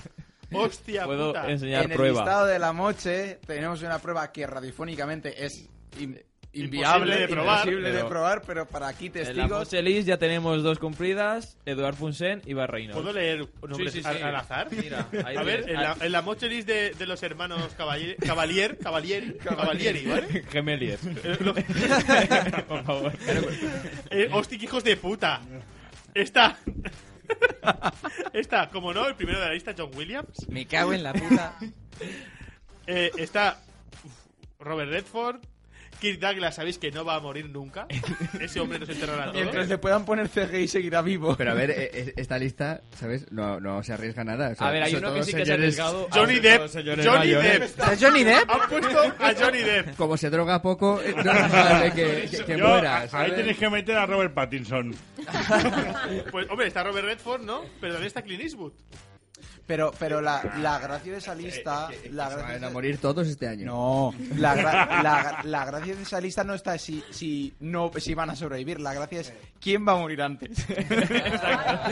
Speaker 2: Hostia
Speaker 5: Puedo
Speaker 2: puta.
Speaker 5: enseñar
Speaker 4: en
Speaker 5: prueba.
Speaker 4: el listado de la moche tenemos una prueba que radiofónicamente es in-
Speaker 2: Imposible
Speaker 4: inviable,
Speaker 2: de probar.
Speaker 4: imposible de
Speaker 5: Pero-
Speaker 4: probar, pero para aquí
Speaker 5: En la
Speaker 4: testigos.
Speaker 5: Moche List ya tenemos dos cumplidas, Eduard Funsen y Barreino.
Speaker 2: ¿Puedo leer nombres
Speaker 5: Sí, sí,
Speaker 2: al-
Speaker 5: sí.
Speaker 2: al azar?
Speaker 5: Mira, ahí
Speaker 2: a ver,
Speaker 5: tienes.
Speaker 2: en la, en la moche list de, de los hermanos Cavalier, Cavalier, Cavalier, Cavalieri, ¿vale?
Speaker 5: Gemelier.
Speaker 2: Eh, lo-
Speaker 5: Por favor.
Speaker 2: Eh, hostia, hijos de puta. Esta. Esta, como no, el primero de la lista, John Williams.
Speaker 1: Me cago en la puta.
Speaker 2: Eh, está uf, Robert Redford. Kirk Douglas, sabéis que no va a morir nunca. Ese hombre nos enterrará a todos.
Speaker 4: Mientras le puedan poner CGI seguirá vivo.
Speaker 9: Pero a ver, eh, eh, esta lista, ¿sabes? No, no se arriesga nada. O sea,
Speaker 5: A ver, hay
Speaker 9: son
Speaker 5: uno que
Speaker 9: todos
Speaker 5: sí que se ha
Speaker 9: señores-
Speaker 5: arriesgado.
Speaker 2: Johnny
Speaker 5: Sobre todo
Speaker 2: Depp.
Speaker 5: señores
Speaker 2: Johnny
Speaker 5: mayores.
Speaker 2: Depp.
Speaker 4: ¿Es Johnny Depp?
Speaker 2: Han puesto a Johnny Depp.
Speaker 9: Como se droga poco, eh, no es probable que, que, que
Speaker 6: Yo,
Speaker 9: muera,
Speaker 6: a- ahí
Speaker 9: ¿sabes?
Speaker 6: tenéis que meter a Robert Pattinson.
Speaker 2: Pues, hombre, está Robert Redford, ¿no? Pero también está Clint Eastwood.
Speaker 4: Pero, pero la, la gracia de esa
Speaker 2: Eh,
Speaker 4: lista. La gracia
Speaker 9: Se
Speaker 4: de
Speaker 9: van a
Speaker 4: esa-
Speaker 9: morir todos este año.
Speaker 4: No, la, gra- la- la gracia de esa lista no está si, si, no, si van a sobrevivir. La gracia es quién va a morir antes.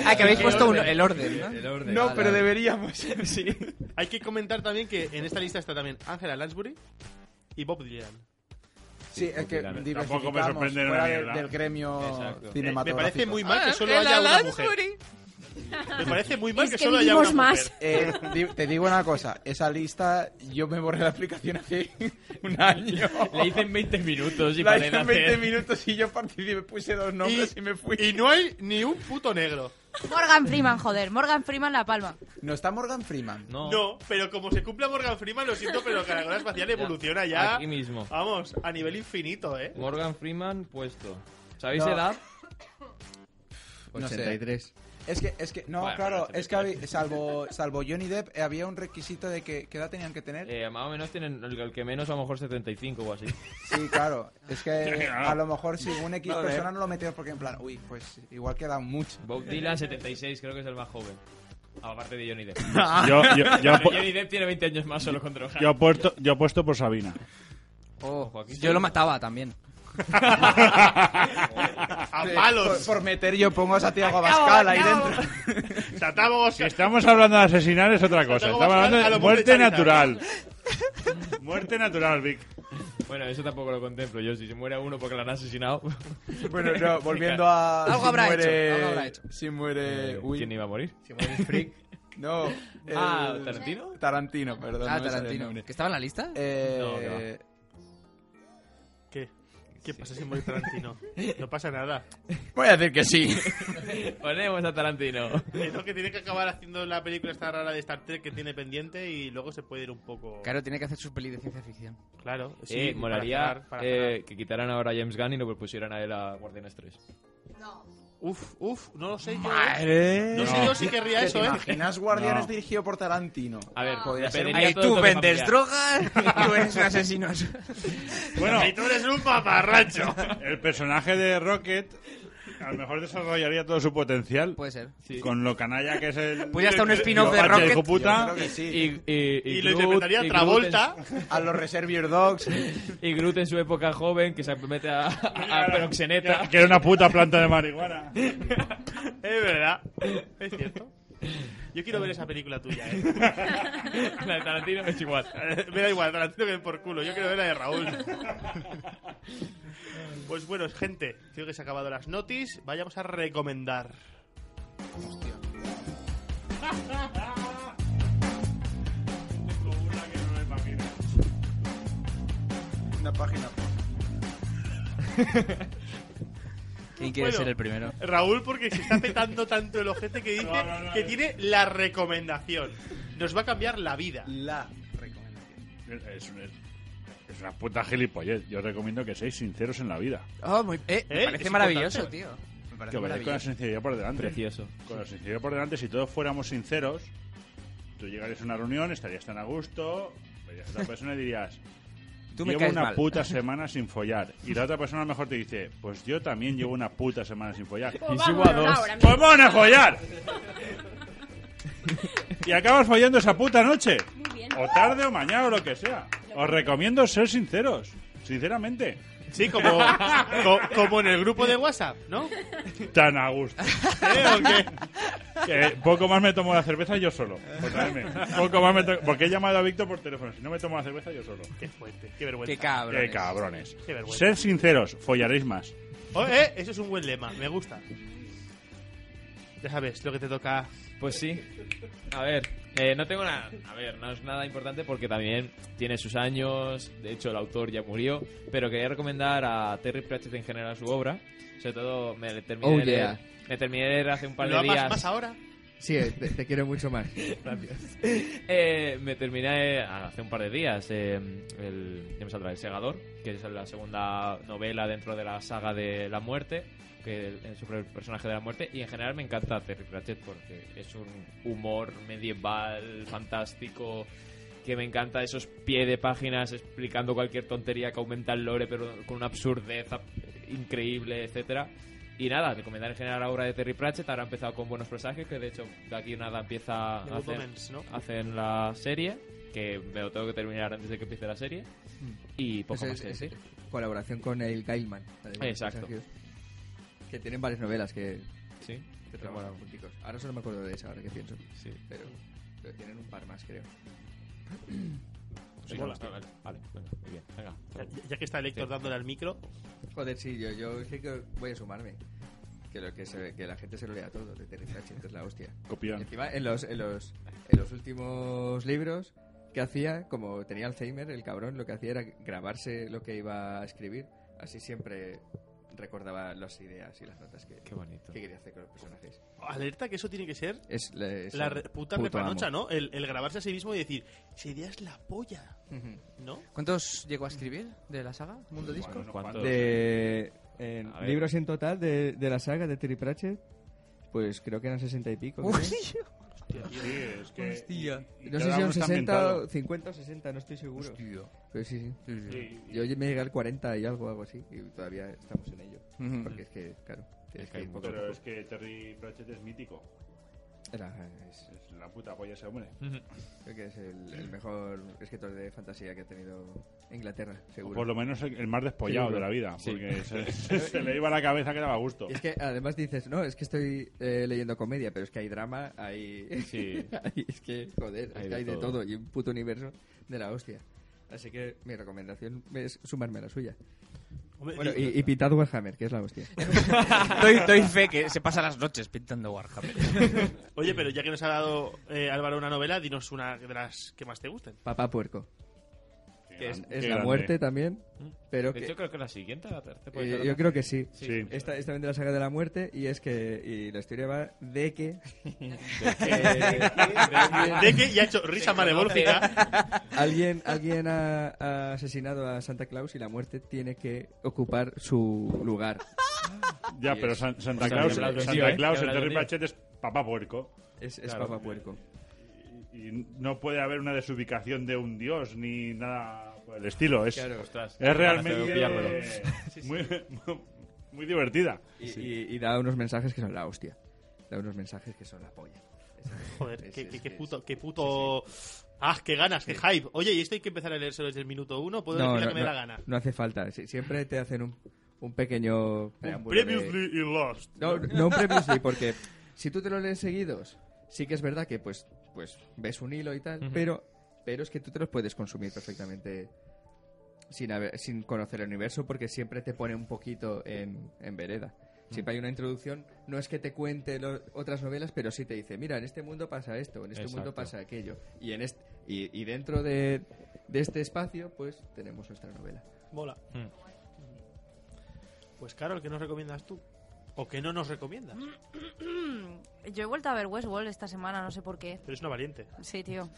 Speaker 1: Ah, que habéis puesto un- el orden, ¿no?
Speaker 9: El orden,
Speaker 4: No,
Speaker 2: Ah,
Speaker 9: vale,
Speaker 4: pero
Speaker 9: vale.
Speaker 4: deberíamos. Sí.
Speaker 2: Hay que comentar también que en esta lista está también Angela Lansbury y Bob Dylan.
Speaker 4: Sí, es que
Speaker 5: Tampoco me
Speaker 4: diversificamos
Speaker 6: sorprende una
Speaker 4: fuera de-
Speaker 6: mierda.
Speaker 4: del gremio
Speaker 5: Exacto.
Speaker 2: Eh,
Speaker 4: cinematográfico.
Speaker 2: me parece muy
Speaker 1: Ah,
Speaker 2: mal que solo haya una mujer. Me parece muy mal
Speaker 10: Es
Speaker 2: que
Speaker 10: que
Speaker 2: solo haya una
Speaker 10: vivimos más.
Speaker 2: mujer.
Speaker 4: Eh, di- te digo una cosa, esa lista yo me borré la aplicación hace un año.
Speaker 5: Le hice en 20 minutos y
Speaker 4: La
Speaker 5: para
Speaker 4: hice en 20 minutos y yo participé, puse dos nombres y, me fui.
Speaker 2: Y no hay ni un puto negro.
Speaker 7: Morgan Freeman, joder. Morgan Freeman La Palma.
Speaker 4: ¿No está Morgan Freeman?
Speaker 5: No.
Speaker 2: No, pero como se cumpla Morgan Freeman, lo siento, pero Caracol Espacial evoluciona ya.
Speaker 5: Aquí mismo.
Speaker 2: Vamos, a nivel infinito, ¿eh?
Speaker 5: Morgan Freeman puesto. ¿Sabéis
Speaker 4: No.
Speaker 5: edad?
Speaker 4: No sé.
Speaker 9: 83.
Speaker 4: Es que, es que, no,
Speaker 5: Bueno,
Speaker 4: claro,
Speaker 5: bueno,
Speaker 4: es que habí- salvo, salvo Johnny Depp eh, había un requisito de que, ¿qué edad tenían que tener?
Speaker 5: Eh, más o menos tienen el, el que menos, a lo mejor 75 o así.
Speaker 4: Sí, claro, es que eh,
Speaker 6: Claro.
Speaker 4: a lo mejor si un X
Speaker 1: Joder.
Speaker 4: persona no lo metió porque en plan, uy, pues igual queda mucho.
Speaker 5: Bob Dylan, 76, creo que es el más joven. Aparte de Johnny Depp.
Speaker 6: Yo, yo, yo,
Speaker 5: Pero
Speaker 6: apu-
Speaker 5: Johnny Depp tiene 20 años más solo con drogas.
Speaker 6: yo apuesto, yo apuesto por Sabina.
Speaker 1: Yo lo mataba también.
Speaker 2: A
Speaker 4: Por,
Speaker 2: palos.
Speaker 4: por meter yo pongo a Santiago Abascal ahí dentro.
Speaker 2: Tatamos.
Speaker 6: Si estamos hablando de asesinar es otra cosa.
Speaker 2: Estamos
Speaker 6: Estamos hablando
Speaker 2: a lo
Speaker 6: de
Speaker 2: pobre
Speaker 6: muerte
Speaker 2: Charizard.
Speaker 6: natural. Muerte natural, Vic.
Speaker 5: Bueno, eso tampoco lo contemplo yo. Si se muere uno porque lo han asesinado,
Speaker 4: Bueno, no, volviendo a.
Speaker 1: Algo
Speaker 4: si
Speaker 1: habrá
Speaker 4: muere,
Speaker 1: hecho, algo habrá hecho.
Speaker 4: Si muere. Uy,
Speaker 5: Eh, ¿quién iba a morir?
Speaker 9: Si mueres freak,
Speaker 4: No.
Speaker 5: Ah,
Speaker 4: el-
Speaker 5: ¿Tarantino?
Speaker 4: Tarantino, perdón.
Speaker 1: Ah,
Speaker 4: no me sale el
Speaker 1: Tarantino.
Speaker 4: nombre.
Speaker 1: ¿Que estaba en la lista?
Speaker 5: No,
Speaker 4: Eh,
Speaker 5: que
Speaker 2: ¿Qué? ¿Qué pasa si muere Tarantino? No pasa nada.
Speaker 4: voy a decir que sí.
Speaker 5: Ponemos a Tarantino.
Speaker 2: Es lo que tiene que acabar haciendo la película esta rara de Star Trek que tiene pendiente y luego se puede ir un poco.
Speaker 1: Claro, tiene que hacer su peli de ciencia ficción.
Speaker 2: Claro, sí,
Speaker 5: eh,
Speaker 2: para
Speaker 5: molaría
Speaker 2: cerrar, para
Speaker 5: eh,
Speaker 2: cerrar.
Speaker 5: que quitaran ahora a James Gunn y lo pusieran a él a Guardianes 3.
Speaker 2: Uf, uf, no lo sé yo.
Speaker 1: ¡Madre!
Speaker 2: No sé yo si querría
Speaker 4: ¿Te
Speaker 2: eso, ¿eh?
Speaker 4: imaginas Guardianes
Speaker 6: No.
Speaker 4: dirigido por Tarantino?
Speaker 5: A ver,
Speaker 4: Podría
Speaker 5: le
Speaker 4: ser
Speaker 5: pediría
Speaker 1: Ahí
Speaker 5: todo el
Speaker 1: tú
Speaker 5: toque
Speaker 1: vendes
Speaker 5: familiar.
Speaker 1: drogas, tú eres un asesino.
Speaker 6: Bueno,
Speaker 2: Y tú eres un paparracho.
Speaker 6: el personaje de Rocket a lo mejor desarrollaría todo su potencial
Speaker 1: Puede ser.
Speaker 5: Sí.
Speaker 6: con lo canalla que es el.
Speaker 1: Pues ya está un spin-off de
Speaker 6: Pacha,
Speaker 1: Rocket.
Speaker 6: hijo
Speaker 4: Yo
Speaker 6: puta.
Speaker 4: creo que sí.
Speaker 5: Y, y, y,
Speaker 2: Y lo
Speaker 5: Groot-
Speaker 2: interpretaría
Speaker 5: y Groot
Speaker 2: Travolta.
Speaker 4: A los Reservoir Dogs.
Speaker 5: en- y Groot en su época joven, que se mete a, a, a Peroxeneta.
Speaker 6: Que era una puta planta de marihuana.
Speaker 2: Es verdad. Es cierto. Yo quiero ver esa película tuya, ¿eh?
Speaker 5: La de Tarantino es igual.
Speaker 2: Me da igual, Tarantino que den por culo. Yo quiero ver la de Raúl. Pues bueno, gente, creo que se han acabado las notis. Vayamos a recomendar.
Speaker 4: Una página.
Speaker 1: ¿Quién quiere
Speaker 2: Bueno,
Speaker 1: ser el primero?
Speaker 2: Raúl, porque se está petando tanto el ojete que dice
Speaker 1: No, no, no,
Speaker 2: que
Speaker 1: no.
Speaker 2: tiene la recomendación. Nos va a cambiar la vida.
Speaker 4: La recomendación.
Speaker 6: Es, es- es una puta gilipollez. Yo recomiendo que seáis sinceros en la vida.
Speaker 1: Oh, muy, eh, me
Speaker 6: Eh,
Speaker 1: parece
Speaker 6: es
Speaker 1: maravilloso,
Speaker 6: importante.
Speaker 1: tío. Me
Speaker 6: que
Speaker 1: parece
Speaker 6: vayáis con la
Speaker 1: maravilloso.
Speaker 6: sinceridad por delante.
Speaker 5: Precioso.
Speaker 6: Con la sinceridad por delante, si todos fuéramos sinceros, tú llegarías a una reunión, estarías tan a gusto, verías a otra persona y dirías...
Speaker 1: Tú me
Speaker 6: llevo
Speaker 1: caes
Speaker 6: una
Speaker 1: mal".
Speaker 6: puta semana sin follar. Y la otra persona a lo mejor te dice, pues yo también llevo una puta semana sin follar.
Speaker 10: Pues Y subo a vámonos dos. ahora mismo.
Speaker 6: ¡Pues vámonos a follar! y acabas follando esa puta noche. O tarde o mañana o lo que sea. Os recomiendo ser sinceros. Sinceramente.
Speaker 2: Sí, como, como en el grupo de WhatsApp, ¿no?
Speaker 6: Tan a gusto. Que poco más me tomo la cerveza yo solo. por traerme. Poco más me to- Porque he llamado a Víctor por teléfono. Si no me tomo la cerveza yo solo.
Speaker 2: Qué fuerte, qué vergüenza.
Speaker 1: Qué cabrones.
Speaker 6: Qué cabrones.
Speaker 2: Qué vergüenza.
Speaker 6: Sed sinceros, follaréis más.
Speaker 2: Oh, eh, eso es un buen lema, me gusta. Ya sabes, lo que te toca.
Speaker 5: Pues sí. A ver, eh, no tengo nada. A ver, no es nada importante porque también tiene sus años. De hecho, el autor ya murió. Pero quería recomendar a Terry Pratchett en general su obra. Sobre todo, me le terminé
Speaker 9: Oh,
Speaker 5: de leer.
Speaker 9: yeah.
Speaker 5: Me terminé de leer hace un par
Speaker 2: ¿Lo
Speaker 5: de
Speaker 2: amas
Speaker 5: días.
Speaker 2: más ahora?
Speaker 9: Sí, eh, te, te quiero mucho más.
Speaker 5: Gracias. Eh, me terminé eh, hace un par de días eh, el, ya me saldrá, El Segador, que es la segunda novela dentro de la saga de la muerte, que eh, sobre el personaje de la muerte. Y en general me encanta Terry Pratchett porque es un humor medieval, fantástico, que me encanta esos pie de páginas explicando cualquier tontería que aumenta el lore, pero con una absurdeza increíble, etcétera. Y nada, recomendar en general la obra de Terry Pratchett. Ahora ha empezado con Buenos Presagios, que de hecho de aquí nada empieza
Speaker 2: The Good
Speaker 5: a hacer,
Speaker 2: Omens, ¿no?
Speaker 5: hacen la serie, que me lo tengo que terminar antes de que empiece la serie. Y poco
Speaker 9: Mm. Ese-
Speaker 5: más que
Speaker 9: ese-
Speaker 5: decir.
Speaker 9: Colaboración con el Gailman. la de Buenos
Speaker 5: Exacto.
Speaker 9: Presagios, Que tienen varias novelas que,
Speaker 5: Sí.
Speaker 9: que trabajan junticos. Ahora solo me acuerdo de esa, ahora que pienso.
Speaker 5: Sí.
Speaker 9: Pero, pero tienen un par más, creo.
Speaker 5: Sí,
Speaker 2: Mola.
Speaker 5: está- vale, vale, venga, muy bien. Venga.
Speaker 2: Ya, ya que está el Héctor
Speaker 5: Sí.
Speaker 2: dándole al micro.
Speaker 9: Joder, sí, yo, yo es que voy a sumarme. Que, lo que, se, que la gente se lo lea todo de Terry Pratchett, es la hostia.
Speaker 6: Copión.
Speaker 9: Encima, en los, en, los, en los últimos libros que hacía, como tenía Alzheimer, el cabrón, lo que hacía era grabarse lo que iba a escribir. Así siempre recordaba las ideas y las notas que,
Speaker 5: Qué bonito.
Speaker 9: que quería hacer con los personajes.
Speaker 2: Alerta que eso tiene que ser
Speaker 9: Es, la- es
Speaker 2: la
Speaker 9: el
Speaker 2: re- puta
Speaker 9: puto
Speaker 2: repanocha,
Speaker 9: amo.
Speaker 2: ¿no? El, el grabarse a sí mismo y decir, si ideas la polla, ¿no?
Speaker 1: ¿Cuántos llegó a escribir de la saga? ¿Mundo Disco?
Speaker 5: ¿Cuántos?
Speaker 9: De en
Speaker 5: A ver.
Speaker 9: libros en total de, de la saga de Terry Pratchett, pues creo que eran 60 y pico. creo.
Speaker 6: Sí, es que-
Speaker 1: Hostia.
Speaker 6: y- y
Speaker 9: No sé
Speaker 6: cada
Speaker 9: si
Speaker 6: uno
Speaker 9: son
Speaker 6: está
Speaker 9: 60,
Speaker 6: ambientado.
Speaker 9: o 50 o 60, no estoy seguro. Pero sí, sí.
Speaker 6: Sí, y-
Speaker 9: Yo me llegué al 40 y algo, algo así, y todavía estamos en ello.
Speaker 1: Ujú.
Speaker 9: Porque es que, claro, tienes
Speaker 5: que
Speaker 9: que
Speaker 5: hay
Speaker 9: ir poco a
Speaker 6: Pero es
Speaker 9: poco.
Speaker 6: que Terry Pratchett es mítico.
Speaker 9: Era- Eh, es-
Speaker 6: Es la puta polla ese hombre.
Speaker 9: creo que es el, el mejor escritor de fantasía que ha tenido Inglaterra,
Speaker 6: O
Speaker 9: seguro.
Speaker 6: por lo menos el, el más despollado
Speaker 9: Seguro.
Speaker 6: de la vida.
Speaker 5: Sí.
Speaker 6: Porque se, se- se le iba la cabeza que daba gusto.
Speaker 9: Y es que además dices, no, es que estoy eh, leyendo comedia, pero es que hay drama, hay...
Speaker 5: Sí.
Speaker 9: hay- es que, joder,
Speaker 5: Hay
Speaker 9: es que
Speaker 5: de
Speaker 9: hay de
Speaker 5: todo.
Speaker 9: todo y un puto universo de la hostia. Así que mi recomendación es sumarme a la suya.
Speaker 2: Hombre,
Speaker 9: Bueno,
Speaker 2: y-
Speaker 9: y, y pintad Warhammer, que es la hostia.
Speaker 1: doy, doy fe que se pasa las noches pintando Warhammer.
Speaker 2: Oye, pero ya que nos ha dado eh, Álvaro una novela, dinos una de las que más te gusten.
Speaker 9: Papá Puerco.
Speaker 6: Qué
Speaker 9: Que es,
Speaker 6: gran-
Speaker 9: es
Speaker 6: qué
Speaker 9: la
Speaker 6: grande.
Speaker 9: muerte también,
Speaker 6: ¿Mm?
Speaker 9: pero
Speaker 5: De
Speaker 9: que,
Speaker 5: hecho, creo que la siguiente, la tercera. puede
Speaker 9: eh,
Speaker 5: ser la
Speaker 9: yo
Speaker 5: tercera.
Speaker 9: creo que sí.
Speaker 6: Sí.
Speaker 5: Eh,
Speaker 9: Esta es también de la saga de la muerte y es que y la historia va de que
Speaker 2: De que ya ha hecho risa malevolfica.
Speaker 9: alguien alguien ha, ha asesinado a Santa Claus y la muerte tiene que ocupar su lugar.
Speaker 6: Ya,
Speaker 9: Y
Speaker 6: pero
Speaker 9: es-
Speaker 6: San- Santa
Speaker 5: Pues
Speaker 6: Claus,
Speaker 5: habría hablado
Speaker 6: Santa
Speaker 5: contigo, ¿eh?
Speaker 6: Claus en
Speaker 5: Habría
Speaker 6: Terry
Speaker 5: hablado
Speaker 6: Pratchett es papá puerco.
Speaker 9: Es, es
Speaker 5: Claro.
Speaker 9: Papá Puerco.
Speaker 6: Y no puede haber una desubicación de un dios ni nada por el estilo. Es,
Speaker 9: Claro.
Speaker 5: Ostras,
Speaker 6: es
Speaker 5: me
Speaker 6: realmente
Speaker 5: parece pillármelo.
Speaker 6: muy, muy divertida.
Speaker 9: Y, y- y da unos mensajes que son la hostia. Da unos mensajes que son la polla.
Speaker 2: Joder,
Speaker 9: Es-
Speaker 2: qué,
Speaker 9: es-
Speaker 2: qué- qué
Speaker 9: es-
Speaker 2: puto, qué puto... Ah, qué ganas, qué hype. Oye, y esto hay que empezar a leérselo desde el minuto uno. Puedo decir la que me da gana.
Speaker 9: no hace falta. Si- Siempre te hacen un, un pequeño
Speaker 2: Un
Speaker 9: preámbulo de-
Speaker 2: Previously y Lost.
Speaker 9: No, no un previously, porque si tú te lo lees seguidos, Sí que es verdad que pues, pues ves un hilo y tal,
Speaker 5: Ujú.
Speaker 9: pero, pero es que tú te los puedes consumir perfectamente sin, haber- sin conocer el universo porque siempre te pone un poquito en, en vereda. Siempre
Speaker 2: Mm.
Speaker 9: hay una introducción, no es que te cuente lo- otras novelas, pero sí te dice, mira, en este mundo pasa esto, en este mundo
Speaker 5: Exacto.
Speaker 9: pasa aquello. Y, en est- y, y dentro de, de este espacio, pues tenemos nuestra novela.
Speaker 2: Mola. Hmm. Pues Carol, ¿qué nos recomiendas tú? ¿O qué no nos recomiendas?
Speaker 9: Mm.
Speaker 7: Yo he vuelto a ver Westworld esta semana, no sé por qué.
Speaker 2: Pero es una valiente.
Speaker 7: Sí, tío.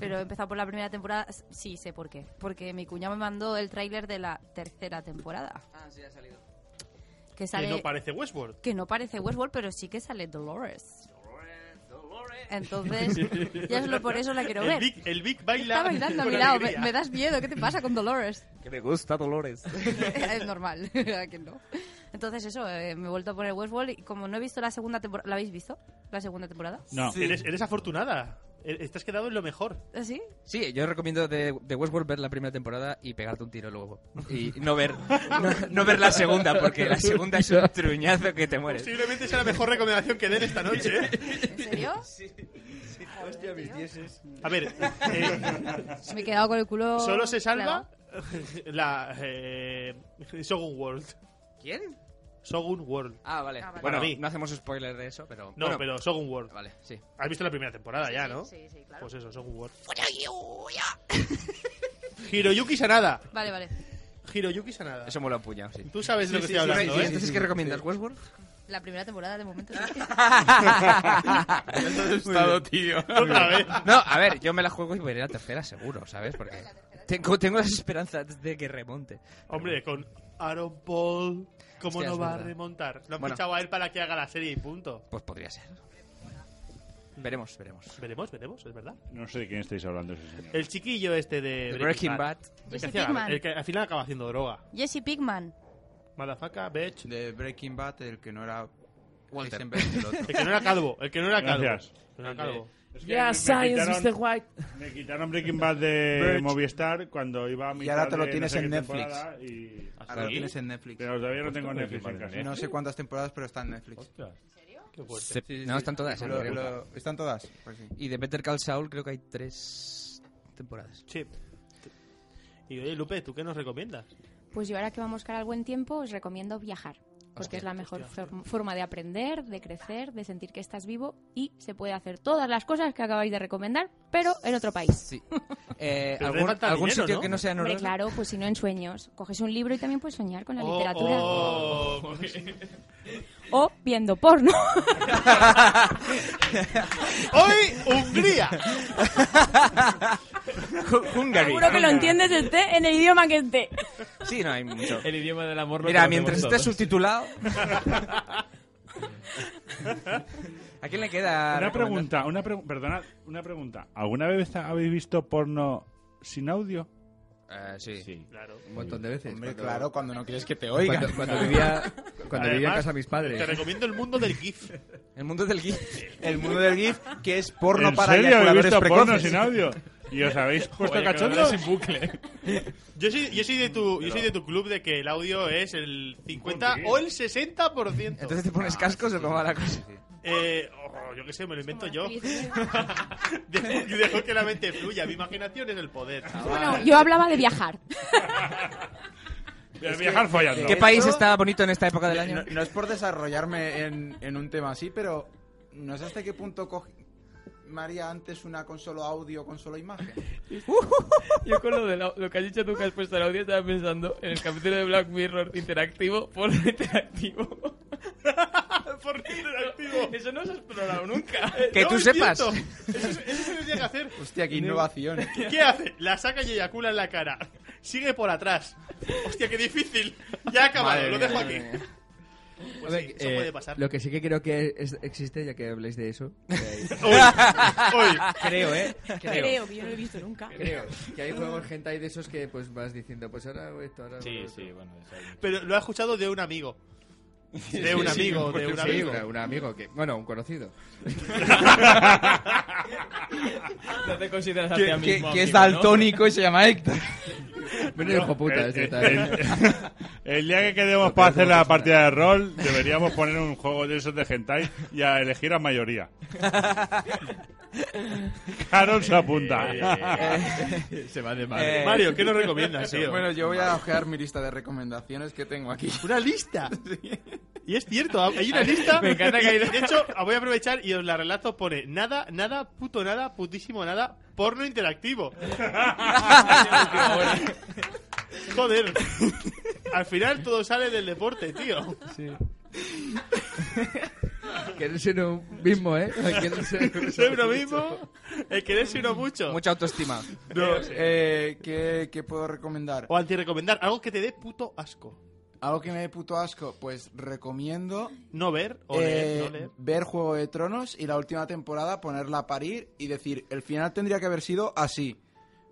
Speaker 7: Pero he empezado por la primera temporada. Sí, sé por qué. Porque mi cuñado me mandó el tráiler de la tercera temporada.
Speaker 1: Ah, sí, ha salido.
Speaker 7: Que sale...
Speaker 2: Que no parece Westworld.
Speaker 7: que no parece Westworld, pero sí que sale Dolores. Entonces, ya solo por eso la quiero
Speaker 2: El
Speaker 7: ver.
Speaker 2: Vic, el Vic baila.
Speaker 7: Está bailando a
Speaker 2: con
Speaker 7: mi lado. Me,
Speaker 2: alegría.
Speaker 7: me das miedo. ¿Qué te pasa con Dolores?
Speaker 1: Que me gusta Dolores.
Speaker 7: es normal. ¿A que no? Entonces, eso, eh, me he vuelto a poner Westworld y como no he visto la segunda temporada. ¿La habéis visto? ¿La segunda temporada?
Speaker 6: No.
Speaker 2: Eres, eres afortunada. E- Estás quedado en lo mejor.
Speaker 7: ¿Ah, ¿Sí?
Speaker 1: Sí, yo recomiendo de, de Westworld ver la primera temporada y pegarte un tiro luego. Y no ver, no, no ver la segunda, porque la segunda es un truñazo que te mueres.
Speaker 2: Posiblemente sea la mejor recomendación que den esta noche. ¿eh?
Speaker 7: ¿En serio?
Speaker 9: Hostia, mis dieces.
Speaker 2: A ver, eh,
Speaker 7: Me he quedado con el culo.
Speaker 2: solo se
Speaker 7: clavado.
Speaker 2: salva la eh, Shogun World.
Speaker 1: ¿Quién?
Speaker 2: Shogun World.
Speaker 1: Ah, vale.
Speaker 7: Ah, vale.
Speaker 1: Bueno,
Speaker 2: Para mí.
Speaker 1: no hacemos spoiler de eso, pero...
Speaker 2: No,
Speaker 1: bueno, Ah,
Speaker 2: pero Shogun World.
Speaker 1: Vale, sí.
Speaker 2: Has visto la primera temporada ya, ¿no?
Speaker 7: Sí, sí, claro.
Speaker 2: Pues eso, Shogun World. Hiroyuki Sanada.
Speaker 7: Vale, vale.
Speaker 2: Hiroyuki Sanada.
Speaker 1: Eso mola un puñado, sí.
Speaker 2: Tú sabes de lo que estoy hablando,
Speaker 1: ¿Y
Speaker 2: ¿eh?
Speaker 1: entonces qué recomiendas, Westworld?
Speaker 7: La primera temporada de momento. sí.
Speaker 1: Estado, tío.
Speaker 2: Otra vez.
Speaker 1: No, a ver, yo me la juego y voy a ir a la tercera seguro, ¿sabes? Porque tengo, tengo las esperanzas de que remonte.
Speaker 2: Hombre, con Aaron Paul, ¿cómo
Speaker 1: Hostia,
Speaker 2: no
Speaker 1: es
Speaker 2: va a
Speaker 1: verdad.
Speaker 2: remontar? Lo han
Speaker 1: Bueno.
Speaker 2: fichado a él para que haga la serie y punto.
Speaker 1: Pues podría ser. Veremos, veremos.
Speaker 2: Veremos, veremos, es verdad.
Speaker 6: No sé de quién estáis hablando ese señor.
Speaker 2: El chiquillo este de
Speaker 1: The Breaking Bad.
Speaker 2: El que
Speaker 7: Jesse
Speaker 2: hacía-
Speaker 7: Pinkman.
Speaker 2: el que al final acaba haciendo droga.
Speaker 7: Jesse Pinkman.
Speaker 2: Madafaka, Bech.
Speaker 4: De Breaking Bad, el que no era...
Speaker 1: Walter.
Speaker 4: es en vez del otro.
Speaker 2: El que no era calvo, el que no era calvo.
Speaker 6: Gracias.
Speaker 2: El que no era calvo.
Speaker 6: Es que
Speaker 5: Yeah,
Speaker 6: me- me
Speaker 5: science,
Speaker 6: quitaron-
Speaker 5: Mr. White.
Speaker 6: Me quitaron Breaking Bad de Movistar cuando iba a
Speaker 4: Y
Speaker 6: mitad
Speaker 4: ahora te lo
Speaker 6: de
Speaker 4: tienes
Speaker 6: no sé
Speaker 4: en
Speaker 6: qué
Speaker 4: Netflix.
Speaker 6: temporada y- ¿Ah,
Speaker 4: Ahora lo tienes en Netflix.
Speaker 6: Pero todavía
Speaker 2: Pues
Speaker 4: Pues
Speaker 6: no tengo
Speaker 5: Hostia,
Speaker 6: Netflix en
Speaker 5: madre
Speaker 2: ¿eh?
Speaker 6: casa.
Speaker 5: mía.
Speaker 4: No sé cuántas temporadas, pero está en Netflix.
Speaker 5: Ostras.
Speaker 2: Qué fuerte.
Speaker 1: Se- No, están todas. en
Speaker 4: Lo-
Speaker 1: creo.
Speaker 4: lo- ¿Están todas? Pues sí.
Speaker 1: Y de Better Call Saul creo que hay tres temporadas.
Speaker 2: Sí. Y oye, Lupe, ¿tú qué nos recomiendas?
Speaker 10: Pues yo ahora que vamos cara al buen tiempo os recomiendo viajar, porque
Speaker 1: Hostia,
Speaker 10: es la mejor for- forma de aprender, de crecer, de sentir que estás vivo y se puede hacer todas las cosas que acabáis de recomendar, pero en otro país.
Speaker 1: Sí. Eh,
Speaker 2: Pero
Speaker 1: ¿Algún,
Speaker 2: hace falta
Speaker 1: algún
Speaker 2: dinero,
Speaker 1: sitio
Speaker 2: ¿no?
Speaker 1: que no sea
Speaker 10: Hombre,
Speaker 1: Noruega?
Speaker 10: claro, pues si no en sueños, coges un libro y también puedes soñar con la literatura
Speaker 2: Oh, oh,
Speaker 10: o viendo porno.
Speaker 2: Hoy, Hungría.
Speaker 1: Hu- Hungary.
Speaker 10: Seguro que lo entiendes esté en el idioma que este. esté.
Speaker 1: Sí, no hay mucho.
Speaker 5: El idioma del amor lo
Speaker 1: Mira,
Speaker 5: conocemos
Speaker 1: mientras esté
Speaker 5: todos.
Speaker 1: subtitulado... ¿A quién le queda?
Speaker 6: Una
Speaker 1: recomendar?
Speaker 6: pregunta, una pregu- perdonad, una pregunta. ¿Alguna vez habéis visto porno sin audio?
Speaker 1: Eh, sí.
Speaker 5: Sí.
Speaker 2: Claro.
Speaker 9: Un montón de veces.
Speaker 4: Hombre,
Speaker 9: cuando-
Speaker 4: claro, cuando no quieres que te oigan.
Speaker 9: Cuando, cuando vivía, cuando vivía en
Speaker 2: Además,
Speaker 9: casa de mis padres.
Speaker 2: Te recomiendo el mundo del GIF.
Speaker 1: El mundo del GIF.
Speaker 4: El mundo del GIF, que es porno
Speaker 6: ¿En
Speaker 4: para
Speaker 6: serio habéis
Speaker 4: eyaculadores
Speaker 6: visto porno
Speaker 4: precoces.
Speaker 6: sin audio? ¿Y os habéis puesto
Speaker 5: Oye, que lo
Speaker 6: cachondo?
Speaker 5: hablas en bucle.
Speaker 2: Yo soy, yo soy de tu, yo soy de tu club de que el audio es el 50 o el 60%.
Speaker 1: Entonces te pones cascos o cómo va la cosa.
Speaker 2: Eh, oh, yo qué sé, me lo invento yo. dejo, dejo que la mente fluya. Mi imaginación es el poder.
Speaker 10: Bueno, yo hablaba de viajar.
Speaker 6: Voy a viajar follando.
Speaker 1: ¿Qué país está bonito en esta época del año?
Speaker 4: No, no es por desarrollarme en, en un tema así, pero no sé hasta qué punto cog- María antes una con solo audio, con solo imagen.
Speaker 5: Yo con lo, de la- lo que has dicho tú que has puesto el audio estaba pensando en el capítulo de Black Mirror interactivo por interactivo.
Speaker 2: Por fin interactivo.
Speaker 5: Eso no se ha explorado nunca.
Speaker 1: Que
Speaker 2: No,
Speaker 1: tú
Speaker 2: es
Speaker 1: sepas.
Speaker 2: cierto. Eso, es- eso se tendría que hacer.
Speaker 4: Hostia, qué innovación.
Speaker 2: ¿Qué hace? La saca y eyacula en la cara. Sigue por atrás. Hostia, qué difícil. Ya ha acabado,
Speaker 1: Madre
Speaker 2: lo
Speaker 1: mía,
Speaker 2: dejo aquí.
Speaker 1: madre mía.
Speaker 2: Pues
Speaker 9: A
Speaker 2: sí,
Speaker 9: ver,
Speaker 2: eso
Speaker 9: eh,
Speaker 2: puede pasar.
Speaker 9: Lo que sí que creo que es- existe, ya que habléis de eso, que hay,
Speaker 2: Hoy, hoy.
Speaker 1: Creo, ¿eh?
Speaker 10: Creo que yo no lo he visto nunca.
Speaker 9: creo, que hay juegos hentai de esos que pues vas diciendo, pues ahora hago esto, ahora hago
Speaker 5: Sí,
Speaker 9: lo
Speaker 5: sí,
Speaker 9: otro.
Speaker 5: bueno. eso ahí.
Speaker 2: Pero lo ha escuchado de un amigo. De un amigo, de un
Speaker 9: Sí,
Speaker 2: amigo.
Speaker 9: una- un amigo que, bueno, un conocido.
Speaker 5: No te consideras a ti
Speaker 4: Que- que,
Speaker 5: mismo
Speaker 4: que es
Speaker 5: amigo, ¿no?
Speaker 4: daltónico y se llama Héctor.
Speaker 9: Bueno, hijo puta,
Speaker 6: Eh,
Speaker 9: ese
Speaker 6: eh,
Speaker 9: tal.
Speaker 6: eh, El día que quedemos para hacer la partida de rol, deberíamos poner un juego de esos de hentai y a elegir a mayoría. Carol se
Speaker 4: Eh,
Speaker 6: apunta.
Speaker 5: Se va de
Speaker 6: madre. Mario, ¿qué nos recomiendas, tío?
Speaker 4: Bueno, yo voy a ojear mi lista de recomendaciones que tengo aquí.
Speaker 2: ¿Una lista? Y es cierto, hay una lista.
Speaker 4: Me encanta que hay-
Speaker 2: De hecho, voy a aprovechar y os la relato. Pone nada, nada, puto nada, putísimo nada, porno interactivo. Joder. Al final todo sale del deporte, tío.
Speaker 9: Sí. Querer ser uno mismo, ¿eh? Querer ser-
Speaker 2: Ser uno mismo, el quererse uno mucho.
Speaker 1: Mucha autoestima.
Speaker 4: No, eh, ¿qué, qué puedo recomendar?
Speaker 2: O antirrecomendar, algo que te dé puto asco.
Speaker 4: Algo que me dé puto asco, pues recomiendo
Speaker 2: No ver o
Speaker 4: eh,
Speaker 2: leer, no leer.
Speaker 4: ver Juego de Tronos y la última temporada ponerla a parir y decir, el final tendría que haber sido así.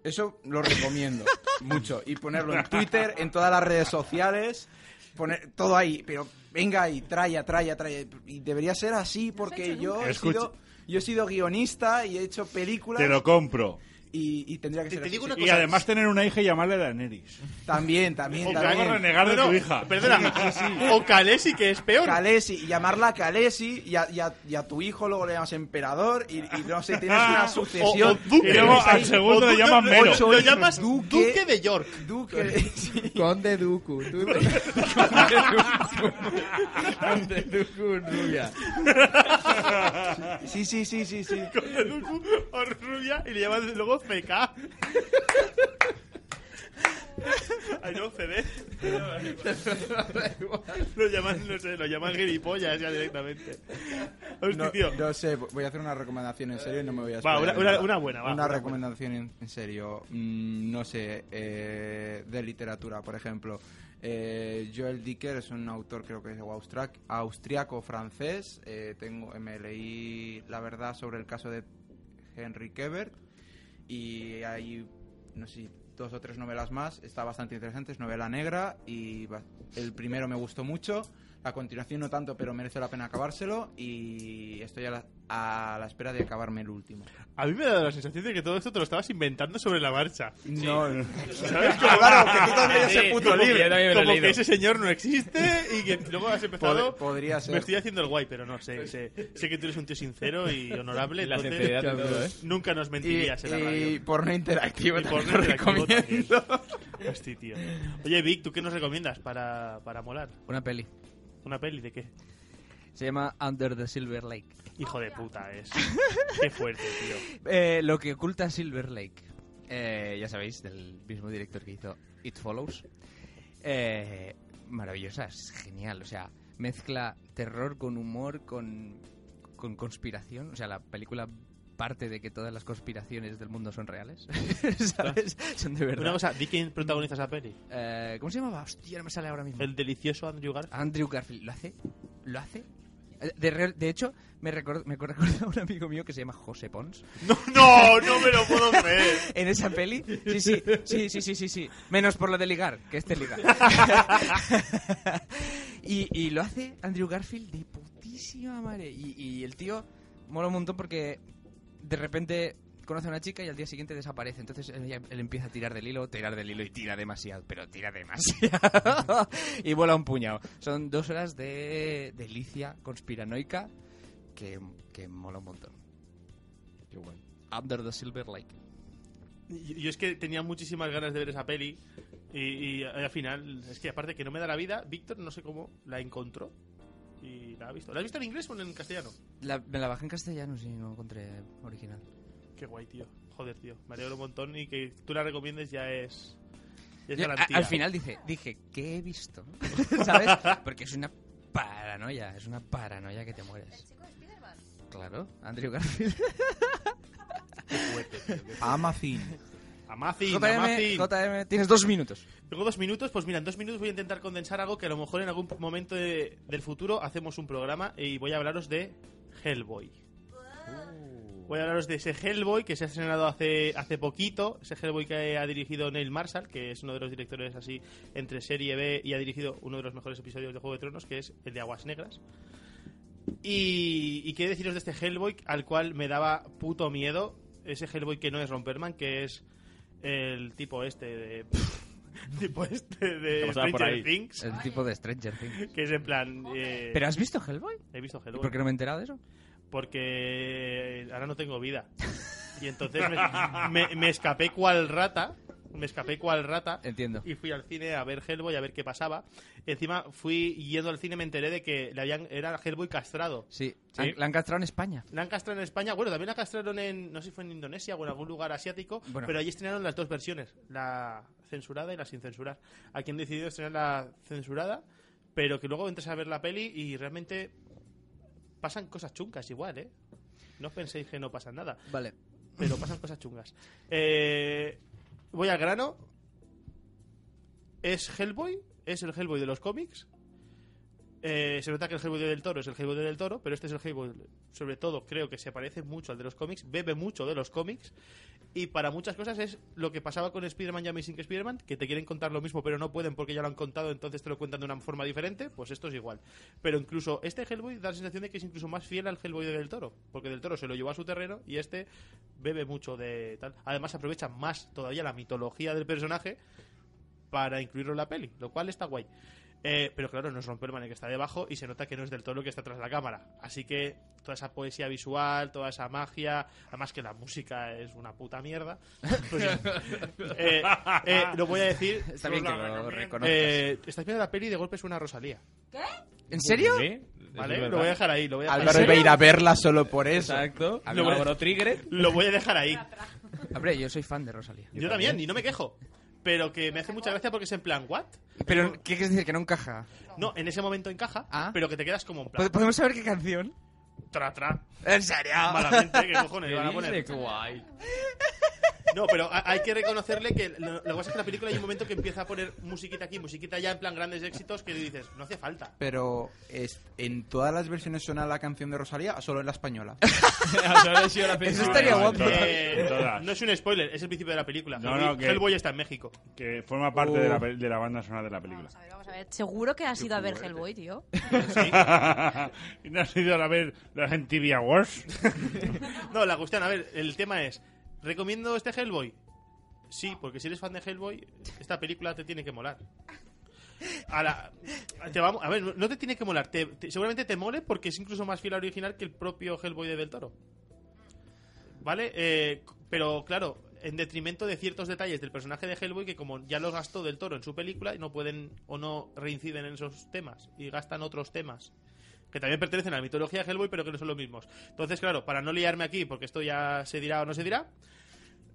Speaker 4: Eso lo recomiendo mucho. Y ponerlo en Twitter, en todas las redes sociales, poner todo ahí. Pero venga y traya, traya, traya. Y debería ser así porque yo he,
Speaker 6: Escucha.
Speaker 4: sido, yo he sido guionista y he hecho películas
Speaker 6: Te lo compro.
Speaker 4: y, y tendría que ser
Speaker 2: te
Speaker 4: así.
Speaker 2: digo
Speaker 4: sí.
Speaker 2: una
Speaker 6: Y
Speaker 2: cosa,
Speaker 6: además tener una hija y llamarle Daenerys.
Speaker 4: También, también,
Speaker 6: O
Speaker 4: también.
Speaker 6: luego renegar de
Speaker 2: No, no,
Speaker 6: tu hija.
Speaker 2: Perdona. O Calesi, que es peor.
Speaker 4: Kalesi, y llamarla Kalesi y a, y a- y a tu hijo luego le llamas emperador y, y no sé,
Speaker 6: Ah,
Speaker 4: tienes una
Speaker 2: Ah, o, o
Speaker 4: sucesión.
Speaker 2: Duque.
Speaker 6: Y luego
Speaker 4: Tienes
Speaker 6: al
Speaker 4: ahí
Speaker 6: segundo le
Speaker 2: O du- no,
Speaker 6: llaman
Speaker 2: no,
Speaker 6: Mero.
Speaker 4: ocho-
Speaker 2: Lo llamas
Speaker 4: Duque.
Speaker 2: Duque de York.
Speaker 4: Duque. sí.
Speaker 9: Conde Dooku. Tú... Conde Dooku rubia.
Speaker 4: Sí, sí, sí, sí, sí.
Speaker 2: Conde Dooku o rubia y le llamas luego FK. Ay, no, CD. lo llaman, no sé, lo llaman gilipollas ya directamente. Hostia,
Speaker 4: No,
Speaker 2: tío.
Speaker 4: no sé, voy a hacer una recomendación en serio y no me voy a
Speaker 2: Va,
Speaker 4: spoiler
Speaker 2: una- una-
Speaker 4: nada.
Speaker 2: una buena, va,
Speaker 4: Una
Speaker 2: una buena.
Speaker 4: recomendación en- en serio, mm, no sé, eh, de literatura, por ejemplo. Eh, Joel Dicker es un autor, creo que es austriaco-francés. eh, tengo, me leí la verdad sobre el caso de Henry Kebert y hay, no sé, dos o tres novelas más. Está bastante interesante, es novela negra y va- el primero me gustó mucho. A continuación no tanto, pero merece la pena acabárselo y estoy a la, a la espera de acabarme el último.
Speaker 2: A mí me ha dado la sensación de que todo esto te lo estabas inventando sobre la marcha.
Speaker 4: No, no. Ah,
Speaker 2: ¿Sabes? Como,
Speaker 4: Claro, que tú también eres
Speaker 2: Sí,
Speaker 4: el puto
Speaker 2: como
Speaker 4: libre.
Speaker 2: que-
Speaker 4: Yo también me lo he
Speaker 2: como que
Speaker 4: leído.
Speaker 2: ese señor no existe y que luego has empezado.
Speaker 4: Pod- podría ser.
Speaker 2: Me estoy haciendo el guay, pero no sé, sé. Sé que tú eres un tío sincero y honorable.
Speaker 5: Y la
Speaker 2: entonces
Speaker 5: sinceridad de todo, ¿eh?
Speaker 2: Nunca nos
Speaker 4: Y,
Speaker 2: mentirías en la radio.
Speaker 4: y porno interactivo
Speaker 2: Y
Speaker 4: también
Speaker 2: porno
Speaker 4: lo
Speaker 2: interactivo
Speaker 4: recomiendo.
Speaker 2: también. Hostia, tío. Oye, Vic, ¿tú qué nos recomiendas para, para molar?
Speaker 1: Una peli.
Speaker 2: ¿Una peli de qué?
Speaker 1: Se llama Under the Silver Lake.
Speaker 2: Hijo de puta es. Qué fuerte, tío.
Speaker 1: Eh, lo que oculta Silver Lake. Eh, ya sabéis, del mismo director que hizo It Follows. Eh, maravillosa, es genial. O sea, mezcla terror con humor, con, con conspiración. O sea, la película parte de que todas las conspiraciones del mundo son reales. ¿Sabes? Son de
Speaker 2: Una
Speaker 1: verdad.
Speaker 2: cosa, di quién protagoniza esa peli.
Speaker 1: Eh, ¿Cómo se llamaba? Hostia, no me sale ahora mismo.
Speaker 2: El delicioso Andrew Garfield.
Speaker 1: Andrew Garfield lo hace, lo hace. Eh, De, re- de hecho, me recuerda me recuerda a un amigo mío que se llama José Pons.
Speaker 2: No, no, no me lo puedo creer.
Speaker 1: En esa peli, sí, sí, sí, sí, sí, sí, sí. Menos por lo de ligar, que este liga. y, y lo hace Andrew Garfield de putísima madre. Y, y el tío mola un montón porque de repente conoce a una chica y al día siguiente desaparece. Entonces él, ya- él empieza a tirar del hilo, tirar del hilo y tira demasiado, pero tira demasiado. y vuela un puñado. Son dos horas de delicia conspiranoica que, que mola un montón.
Speaker 9: Qué guay.
Speaker 1: Under the Silver Lake.
Speaker 2: Y- Yo es que tenía muchísimas ganas de ver esa peli. Y, y al final, es que aparte que no me da la vida, Víctor no sé cómo la encontró. Y la ha visto. ¿La has visto en inglés o en castellano?
Speaker 1: La- me la bajé en castellano, sí, no encontré original.
Speaker 2: Qué guay, tío. Joder, tío. Me alegro un montón y que tú la recomiendes ya es. ya es
Speaker 1: Yo, a-
Speaker 2: garantía.
Speaker 1: al final dice, dije, ¿qué he visto? ¿Sabes? Porque es una paranoia, es una paranoia que te mueres.
Speaker 8: Chico, Spiderman.
Speaker 1: Claro, Andrew Garfield.
Speaker 2: Qué fuerte, tío, qué-
Speaker 4: Amazon.
Speaker 2: Amazing,
Speaker 1: JM,
Speaker 2: Amazing.
Speaker 1: JM, tienes dos minutos.
Speaker 2: Tengo dos minutos, pues mira, en dos minutos voy a intentar condensar algo que a lo mejor en algún momento de- del futuro hacemos un programa y voy a hablaros de Hellboy. Voy a hablaros de ese Hellboy que se ha estrenado hace, hace poquito, ese Hellboy que ha dirigido Neil Marshall, que es uno de los directores así entre serie B y ha dirigido uno de los mejores episodios de Juego de Tronos, que es el de Aguas Negras. Y, y qué deciros de este Hellboy al cual me daba puto miedo, ese Hellboy que no es Romperman, que es el tipo este de... tipo este de
Speaker 1: Vamos a ver por
Speaker 2: Stranger
Speaker 1: ahí.
Speaker 2: Things.
Speaker 1: El tipo de Stranger Things.
Speaker 2: Que es en plan... eh,
Speaker 1: ¿Pero has visto Hellboy?
Speaker 2: He visto
Speaker 1: ¿Y
Speaker 2: Hellboy.
Speaker 1: por qué no me he enterado de eso?
Speaker 2: Porque ahora no tengo vida. Y entonces me, me- me escapé cual rata. Me escapé cual rata.
Speaker 1: Entiendo.
Speaker 2: Y fui al cine a ver Hellboy, a ver qué pasaba. Encima fui yendo al cine, me enteré de que le habían, era Hellboy castrado.
Speaker 1: Sí.
Speaker 2: Sí.
Speaker 1: Han- La han castrado en España.
Speaker 2: La han castrado en España, bueno, también la castraron en, no sé si fue en Indonesia o en algún lugar asiático,
Speaker 1: Bueno.
Speaker 2: pero allí estrenaron las dos versiones, la censurada y la sin censurar. Aquí han decidido estrenar la censurada, pero que luego entras a ver la peli y realmente pasan cosas chungas igual, ¿eh? No os penséis que no pasa nada.
Speaker 1: Vale.
Speaker 2: Pero pasan cosas chungas. Eh, voy al grano. ¿Es Hellboy? ¿Es el Hellboy de los cómics? Eh, se nota que el Hellboy del Toro es el Hellboy del Toro, pero este es el Hellboy, sobre todo, creo que se parece mucho al de los cómics, bebe mucho de los cómics, y para muchas cosas es lo que pasaba con Spider-Man y Amazing Spider-Man, que te quieren contar lo mismo, pero no pueden porque ya lo han contado, entonces te lo cuentan de una forma diferente, pues esto es igual. Pero incluso este Hellboy da la sensación de que es incluso más fiel al Hellboy del Toro, porque del Toro se lo llevó a su terreno y este bebe mucho de tal. Además aprovecha más todavía la mitología del personaje para incluirlo en la peli, lo cual está guay. Eh, pero claro, no es Romperman el que está debajo y se nota que no es del todo lo que está tras la cámara. Así que toda esa poesía visual, toda esa magia, además que la música es una puta mierda. pues, eh, eh, lo voy a decir.
Speaker 1: Está bien que lo reconozcas.
Speaker 2: Eh, estás viendo la peli y de golpe suena Rosalía.
Speaker 1: ¿En serio?
Speaker 2: Vale, lo voy a dejar ahí. Lo voy a dejar
Speaker 4: Álvaro
Speaker 2: ahí.
Speaker 4: iba a ir a verla solo por eso.
Speaker 5: Exacto.
Speaker 4: Álvaro-
Speaker 2: Lo voy a dejar ahí.
Speaker 1: Hombre, yo soy fan de Rosalía.
Speaker 2: Yo también, y no me quejo. Pero que me hace mucha gracia porque es en plan, ¿what?
Speaker 1: Pero, ¿qué quieres decir? ¿Que no encaja?
Speaker 2: No, en ese momento encaja, pero que te quedas como en plan.
Speaker 1: ¿Pod- ¿Podemos saber qué canción?
Speaker 2: Tra, tra.
Speaker 1: Pues, ¿En serio?
Speaker 2: Malamente, ¿qué cojones van a poner?
Speaker 5: guay.
Speaker 2: No, pero ha- hay que reconocerle que lo, lo que pasa es que en la película hay un momento que empieza a poner musiquita aquí, musiquita allá, en plan grandes éxitos, que dices, no hace falta.
Speaker 4: Pero es- en todas las versiones suena la canción de Rosalía, o solo en la española.
Speaker 2: Ah, Eso
Speaker 6: estaría guapo. En todas.
Speaker 2: Eh, no es un spoiler, es el principio de la película.
Speaker 6: No,
Speaker 2: Hellboy-
Speaker 6: no, que-
Speaker 2: Hellboy está en México.
Speaker 6: Que forma parte
Speaker 4: Uh.
Speaker 6: de, la, pel- de la banda sonora de la película.
Speaker 7: Vamos a ver, seguro que has ido a ver Hellboy, tío.
Speaker 6: ¿Y ¿No has ido a ver los MTV Awards?
Speaker 2: No, la cuestión, a ver, el tema es, ¿recomiendo este Hellboy? Sí, porque si eres fan de Hellboy, esta película te tiene que molar. Ahora, te vamos, a ver, no- no te tiene que molar, te- te- seguramente te mole porque es incluso más fiel al original que el propio Hellboy de Del Toro. ¿Vale? Eh, c- pero claro, en detrimento de ciertos detalles del personaje de Hellboy que como ya los gastó Del Toro en su película, no pueden o no reinciden en esos temas y gastan otros temas que también pertenecen a la mitología de Hellboy, pero que no son los mismos. Entonces, claro, para no liarme aquí, porque esto ya se dirá o no se dirá,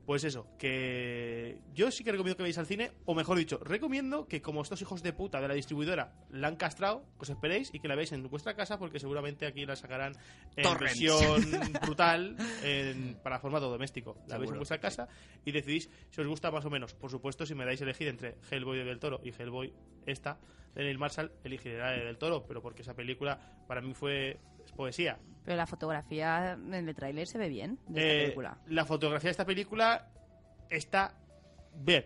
Speaker 2: pues eso, que yo sí que recomiendo que veáis al cine, o mejor dicho, recomiendo que como estos hijos de puta de la distribuidora la han castrado, os esperéis y que la veáis en vuestra casa, porque seguramente aquí la sacarán en
Speaker 1: Torrents.
Speaker 2: versión brutal en- para formato doméstico. La veis en
Speaker 1: Seguro.
Speaker 2: vuestra casa y decidís si os gusta más o menos. Por supuesto, si me dais a elegir entre Hellboy de Del Toro y Hellboy esta de Neil Marshall, elegiré la de Del Toro, pero porque esa película para mí fue es poesía.
Speaker 7: Pero la fotografía en el tráiler se ve bien de
Speaker 2: Eh,
Speaker 7: esta película.
Speaker 2: La fotografía de esta película está bien.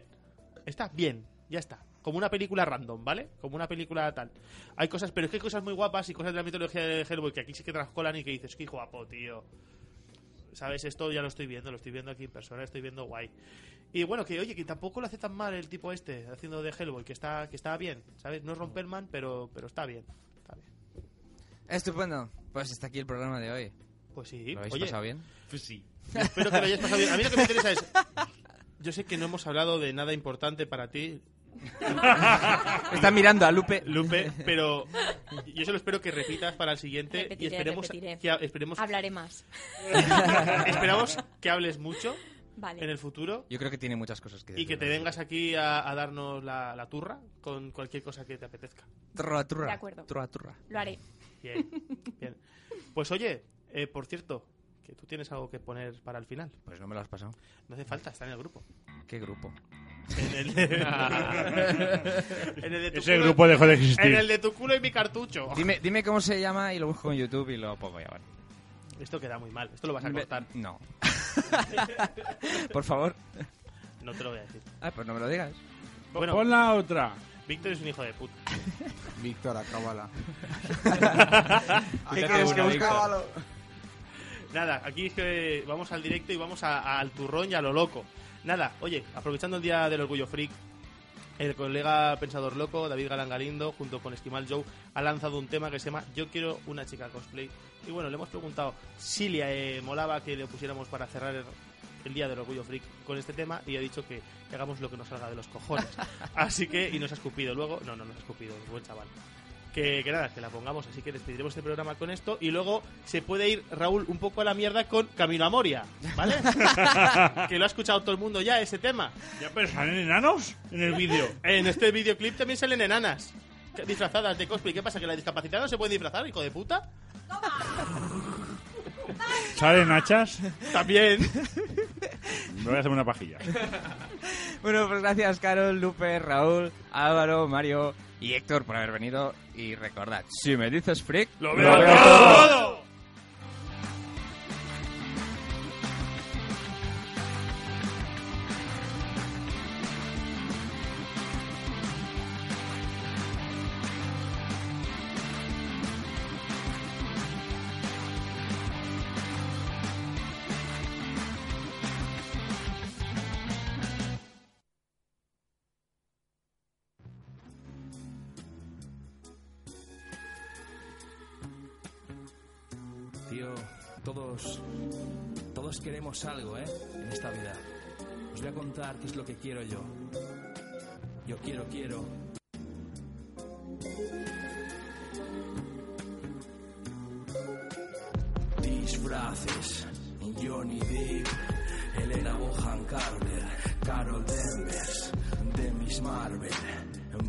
Speaker 2: Está bien, ya está. Como una película random, ¿vale? Como una película tal. Hay cosas, pero es que hay cosas muy guapas y cosas de la mitología de Hellboy que aquí sí que trascolan y que dices, qué guapo, tío. ¿Sabes? Esto ya lo estoy viendo, lo estoy viendo aquí en persona, estoy viendo guay. Y bueno, que oye, que tampoco lo hace tan mal el tipo este, haciendo de Hellboy, que está, que está bien, ¿sabes? No es Romperman, pero, pero está bien. Está bien.
Speaker 1: Estupendo. Pues está aquí el programa de hoy.
Speaker 2: Pues sí.
Speaker 1: ¿Lo habéis
Speaker 2: oye.
Speaker 1: pasado bien?
Speaker 5: Pues sí.
Speaker 2: Yo espero que lo hayas pasado bien. A mí lo que me interesa es. Yo sé que no hemos hablado de nada importante para ti.
Speaker 1: Está mirando a Lupe.
Speaker 2: Lupe, pero yo solo espero que repitas para el siguiente y
Speaker 10: Repetiré,
Speaker 2: esperemos
Speaker 10: repetiré.
Speaker 2: que ha- esperemos
Speaker 10: Hablaré más.
Speaker 2: esperamos que hables mucho
Speaker 10: Vale.
Speaker 2: en el futuro
Speaker 1: Yo creo que tiene muchas cosas que decir.
Speaker 2: y que te vengas aquí a, a darnos la, la turra con cualquier cosa que te apetezca.
Speaker 1: Turra, turra.
Speaker 10: De acuerdo.
Speaker 1: Turra, turra.
Speaker 10: Lo haré.
Speaker 2: Bien, bien. Pues oye, eh, por cierto, que tú tienes algo que poner para el final.
Speaker 1: Pues no me lo has pasado.
Speaker 2: No hace falta, está en el grupo.
Speaker 1: ¿Qué grupo?
Speaker 2: En el de, En el de tu
Speaker 6: Ese
Speaker 2: culo-
Speaker 6: grupo dejó de existir.
Speaker 2: En el de tu culo y mi cartucho.
Speaker 1: Dime, dime cómo se llama y lo busco en YouTube y lo pues, pongo ya, vale.
Speaker 2: Esto queda muy mal. Esto lo vas a
Speaker 1: Me-
Speaker 2: cortar.
Speaker 1: No. Por favor.
Speaker 2: No te lo voy a decir.
Speaker 1: Ah, pues no me lo digas.
Speaker 2: Bueno,
Speaker 6: Pon la otra.
Speaker 2: Víctor es un hijo de puta.
Speaker 4: Víctor, acábala.
Speaker 2: Hay que buscar- Nada, aquí es que vamos al directo y vamos a- al turrón y a lo loco. Nada, oye, aprovechando el día del orgullo freak, El colega pensador loco, David Galán Galindo, junto con Esquimal Joe, ha lanzado un tema que se llama Yo quiero una chica cosplay. Y bueno, le hemos preguntado si le eh, molaba que le pusiéramos para cerrar el, el Día del Orgullo Freak con este tema y ha dicho que hagamos lo que nos salga de los cojones. Así que, y nos ha escupido luego. No, no nos ha escupido, buen chaval. Que, que nada, que la pongamos. Así que despediremos este programa con esto y luego se puede ir Raúl un poco a la mierda con Camilo Amoria, ¿vale? que lo ha escuchado todo el mundo ya ese tema.
Speaker 6: Ya, pero salen enanos en el vídeo.
Speaker 2: En este videoclip también salen enanas. que- Disfrazadas de cosplay. ¿Qué pasa? ¿Que la discapacitada no se puede disfrazar, hijo de puta?
Speaker 6: ¿Salen hachas?
Speaker 2: También.
Speaker 6: Me voy a hacer una pajilla.
Speaker 1: Bueno, pues gracias, Carol, Lupe, Raúl, Álvaro, Mario y Héctor por haber venido. Y recordad, si me dices freak, lo
Speaker 6: veo todo.
Speaker 11: Tío, todos. Todos queremos algo, ¿eh? En esta vida. Os voy a contar qué es lo que quiero yo. Yo quiero, quiero. Disfraces, Johnny Depp, Elena Bohan Carter, Carol Danvers, de Miss Marvel,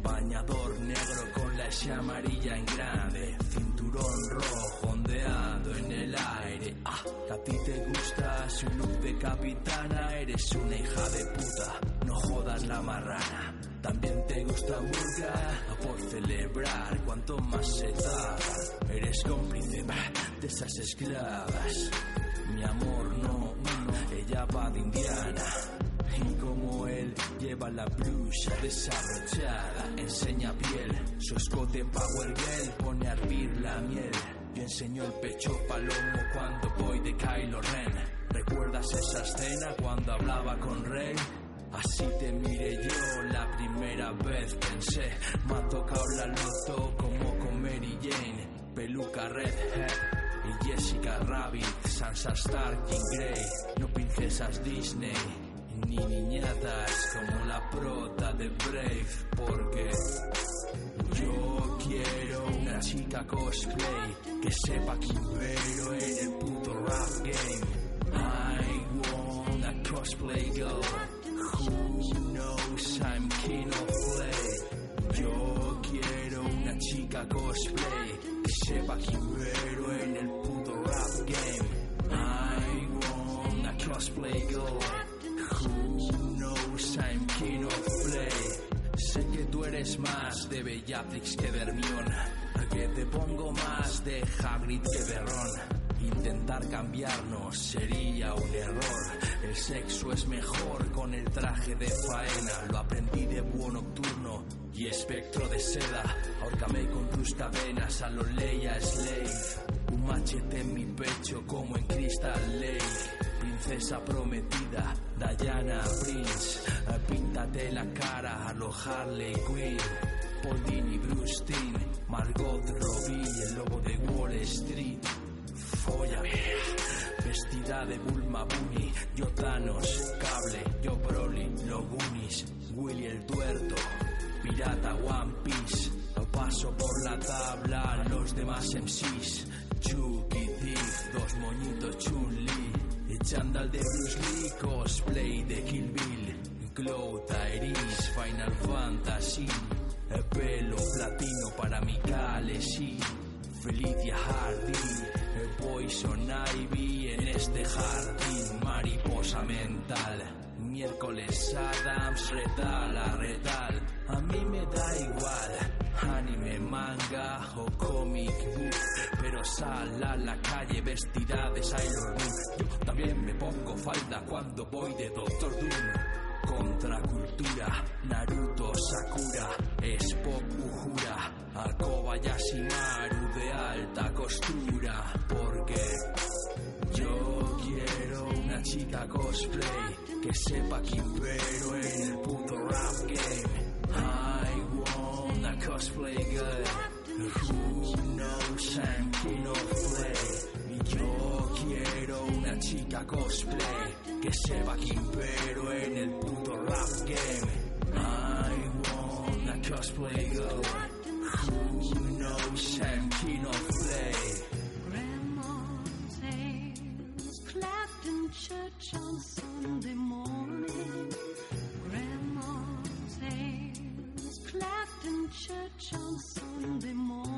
Speaker 11: bañador negro con la S amarilla en grande, cinturón rojo ondeando en el aire. Ah, a ti te gusta su look de capitana, eres una hija de puta, no jodas la marrana. También te gusta burga por celebrar, cuanto más se tarda, eres cómplice bah, de esas esclavas. Mi amor no, mm, ella va de indiana. Y como él lleva la blusa desabrochada, enseña piel. Su escote Power Girl pone a hervir la miel. Yo enseño el pecho palomo cuando voy de Kylo Ren. ¿Recuerdas esa escena cuando hablaba con Rey? Así te miré yo la primera vez, pensé, me ha tocado la loto como con Mary Jane, peluca redhead y Jessica Rabbit, Sansa Stark y Grey, no princesas Disney, ni niñadas como la prota de Brave, porque yo quiero una chica cosplay que sepa quiero en el puto rap game. I want a cosplay girl who knows I'm king of play. Yo quiero una chica cosplay que sepa quiero en el puto rap game. I want a cosplay girl who knows I'm king of play. Sé que tú eres más de Bellatrix que de Hermione, que te pongo más de Hagrid que de Ron. Intentar cambiarnos sería un error. El sexo es mejor con el traje de faena. Lo aprendí de búho nocturno y espectro de seda. Ahorcame con tus cadenas a lo Leia Slave. Un machete en mi pecho como en Crystal Lake. Princesa prometida, Diana Prince. Eh, Píntate la cara a lo Harley Quinn. Paulini Bruce Timm, Margot Robbie, el lobo de Wall Street. Fóllame, vestida de Bulma Bunny, yo Thanos, Cable, yo Broly, los Goonies, Willy el Tuerto, Pirata One Piece, paso por la tabla, los demás MCs, Chucky Thief, dos moñitos Chun-Li, chándal de Bruce Lee, cosplay de Kill Bill, Glow Tyrese, Final Fantasy, pelo platino para mi calesí. Felicia Hardy, eh, Poison Ivy en este jardín, mariposa mental. Miércoles Adams, retal a retal. A mí me da igual, anime, manga o comic book. Pero sal a la calle vestida de Sailor Moon. Yo también me pongo falda cuando voy de Doctor Doom. Contracultura, Naruto Sakura, Spock Uhura, Akoba Yashimaru de alta costura, porque yo quiero una chica cosplay que sepa quién pero en el puto rap game. I want a cosplay girl who knows and cannot play. Yo quiero una chica cosplay que sepa quimpero en el puto rap game. I want a cosplay girl who knows and cannot play.
Speaker 12: Grandma's clapped in church on Sunday morning. Grandma's hands clapped in church on Sunday morning.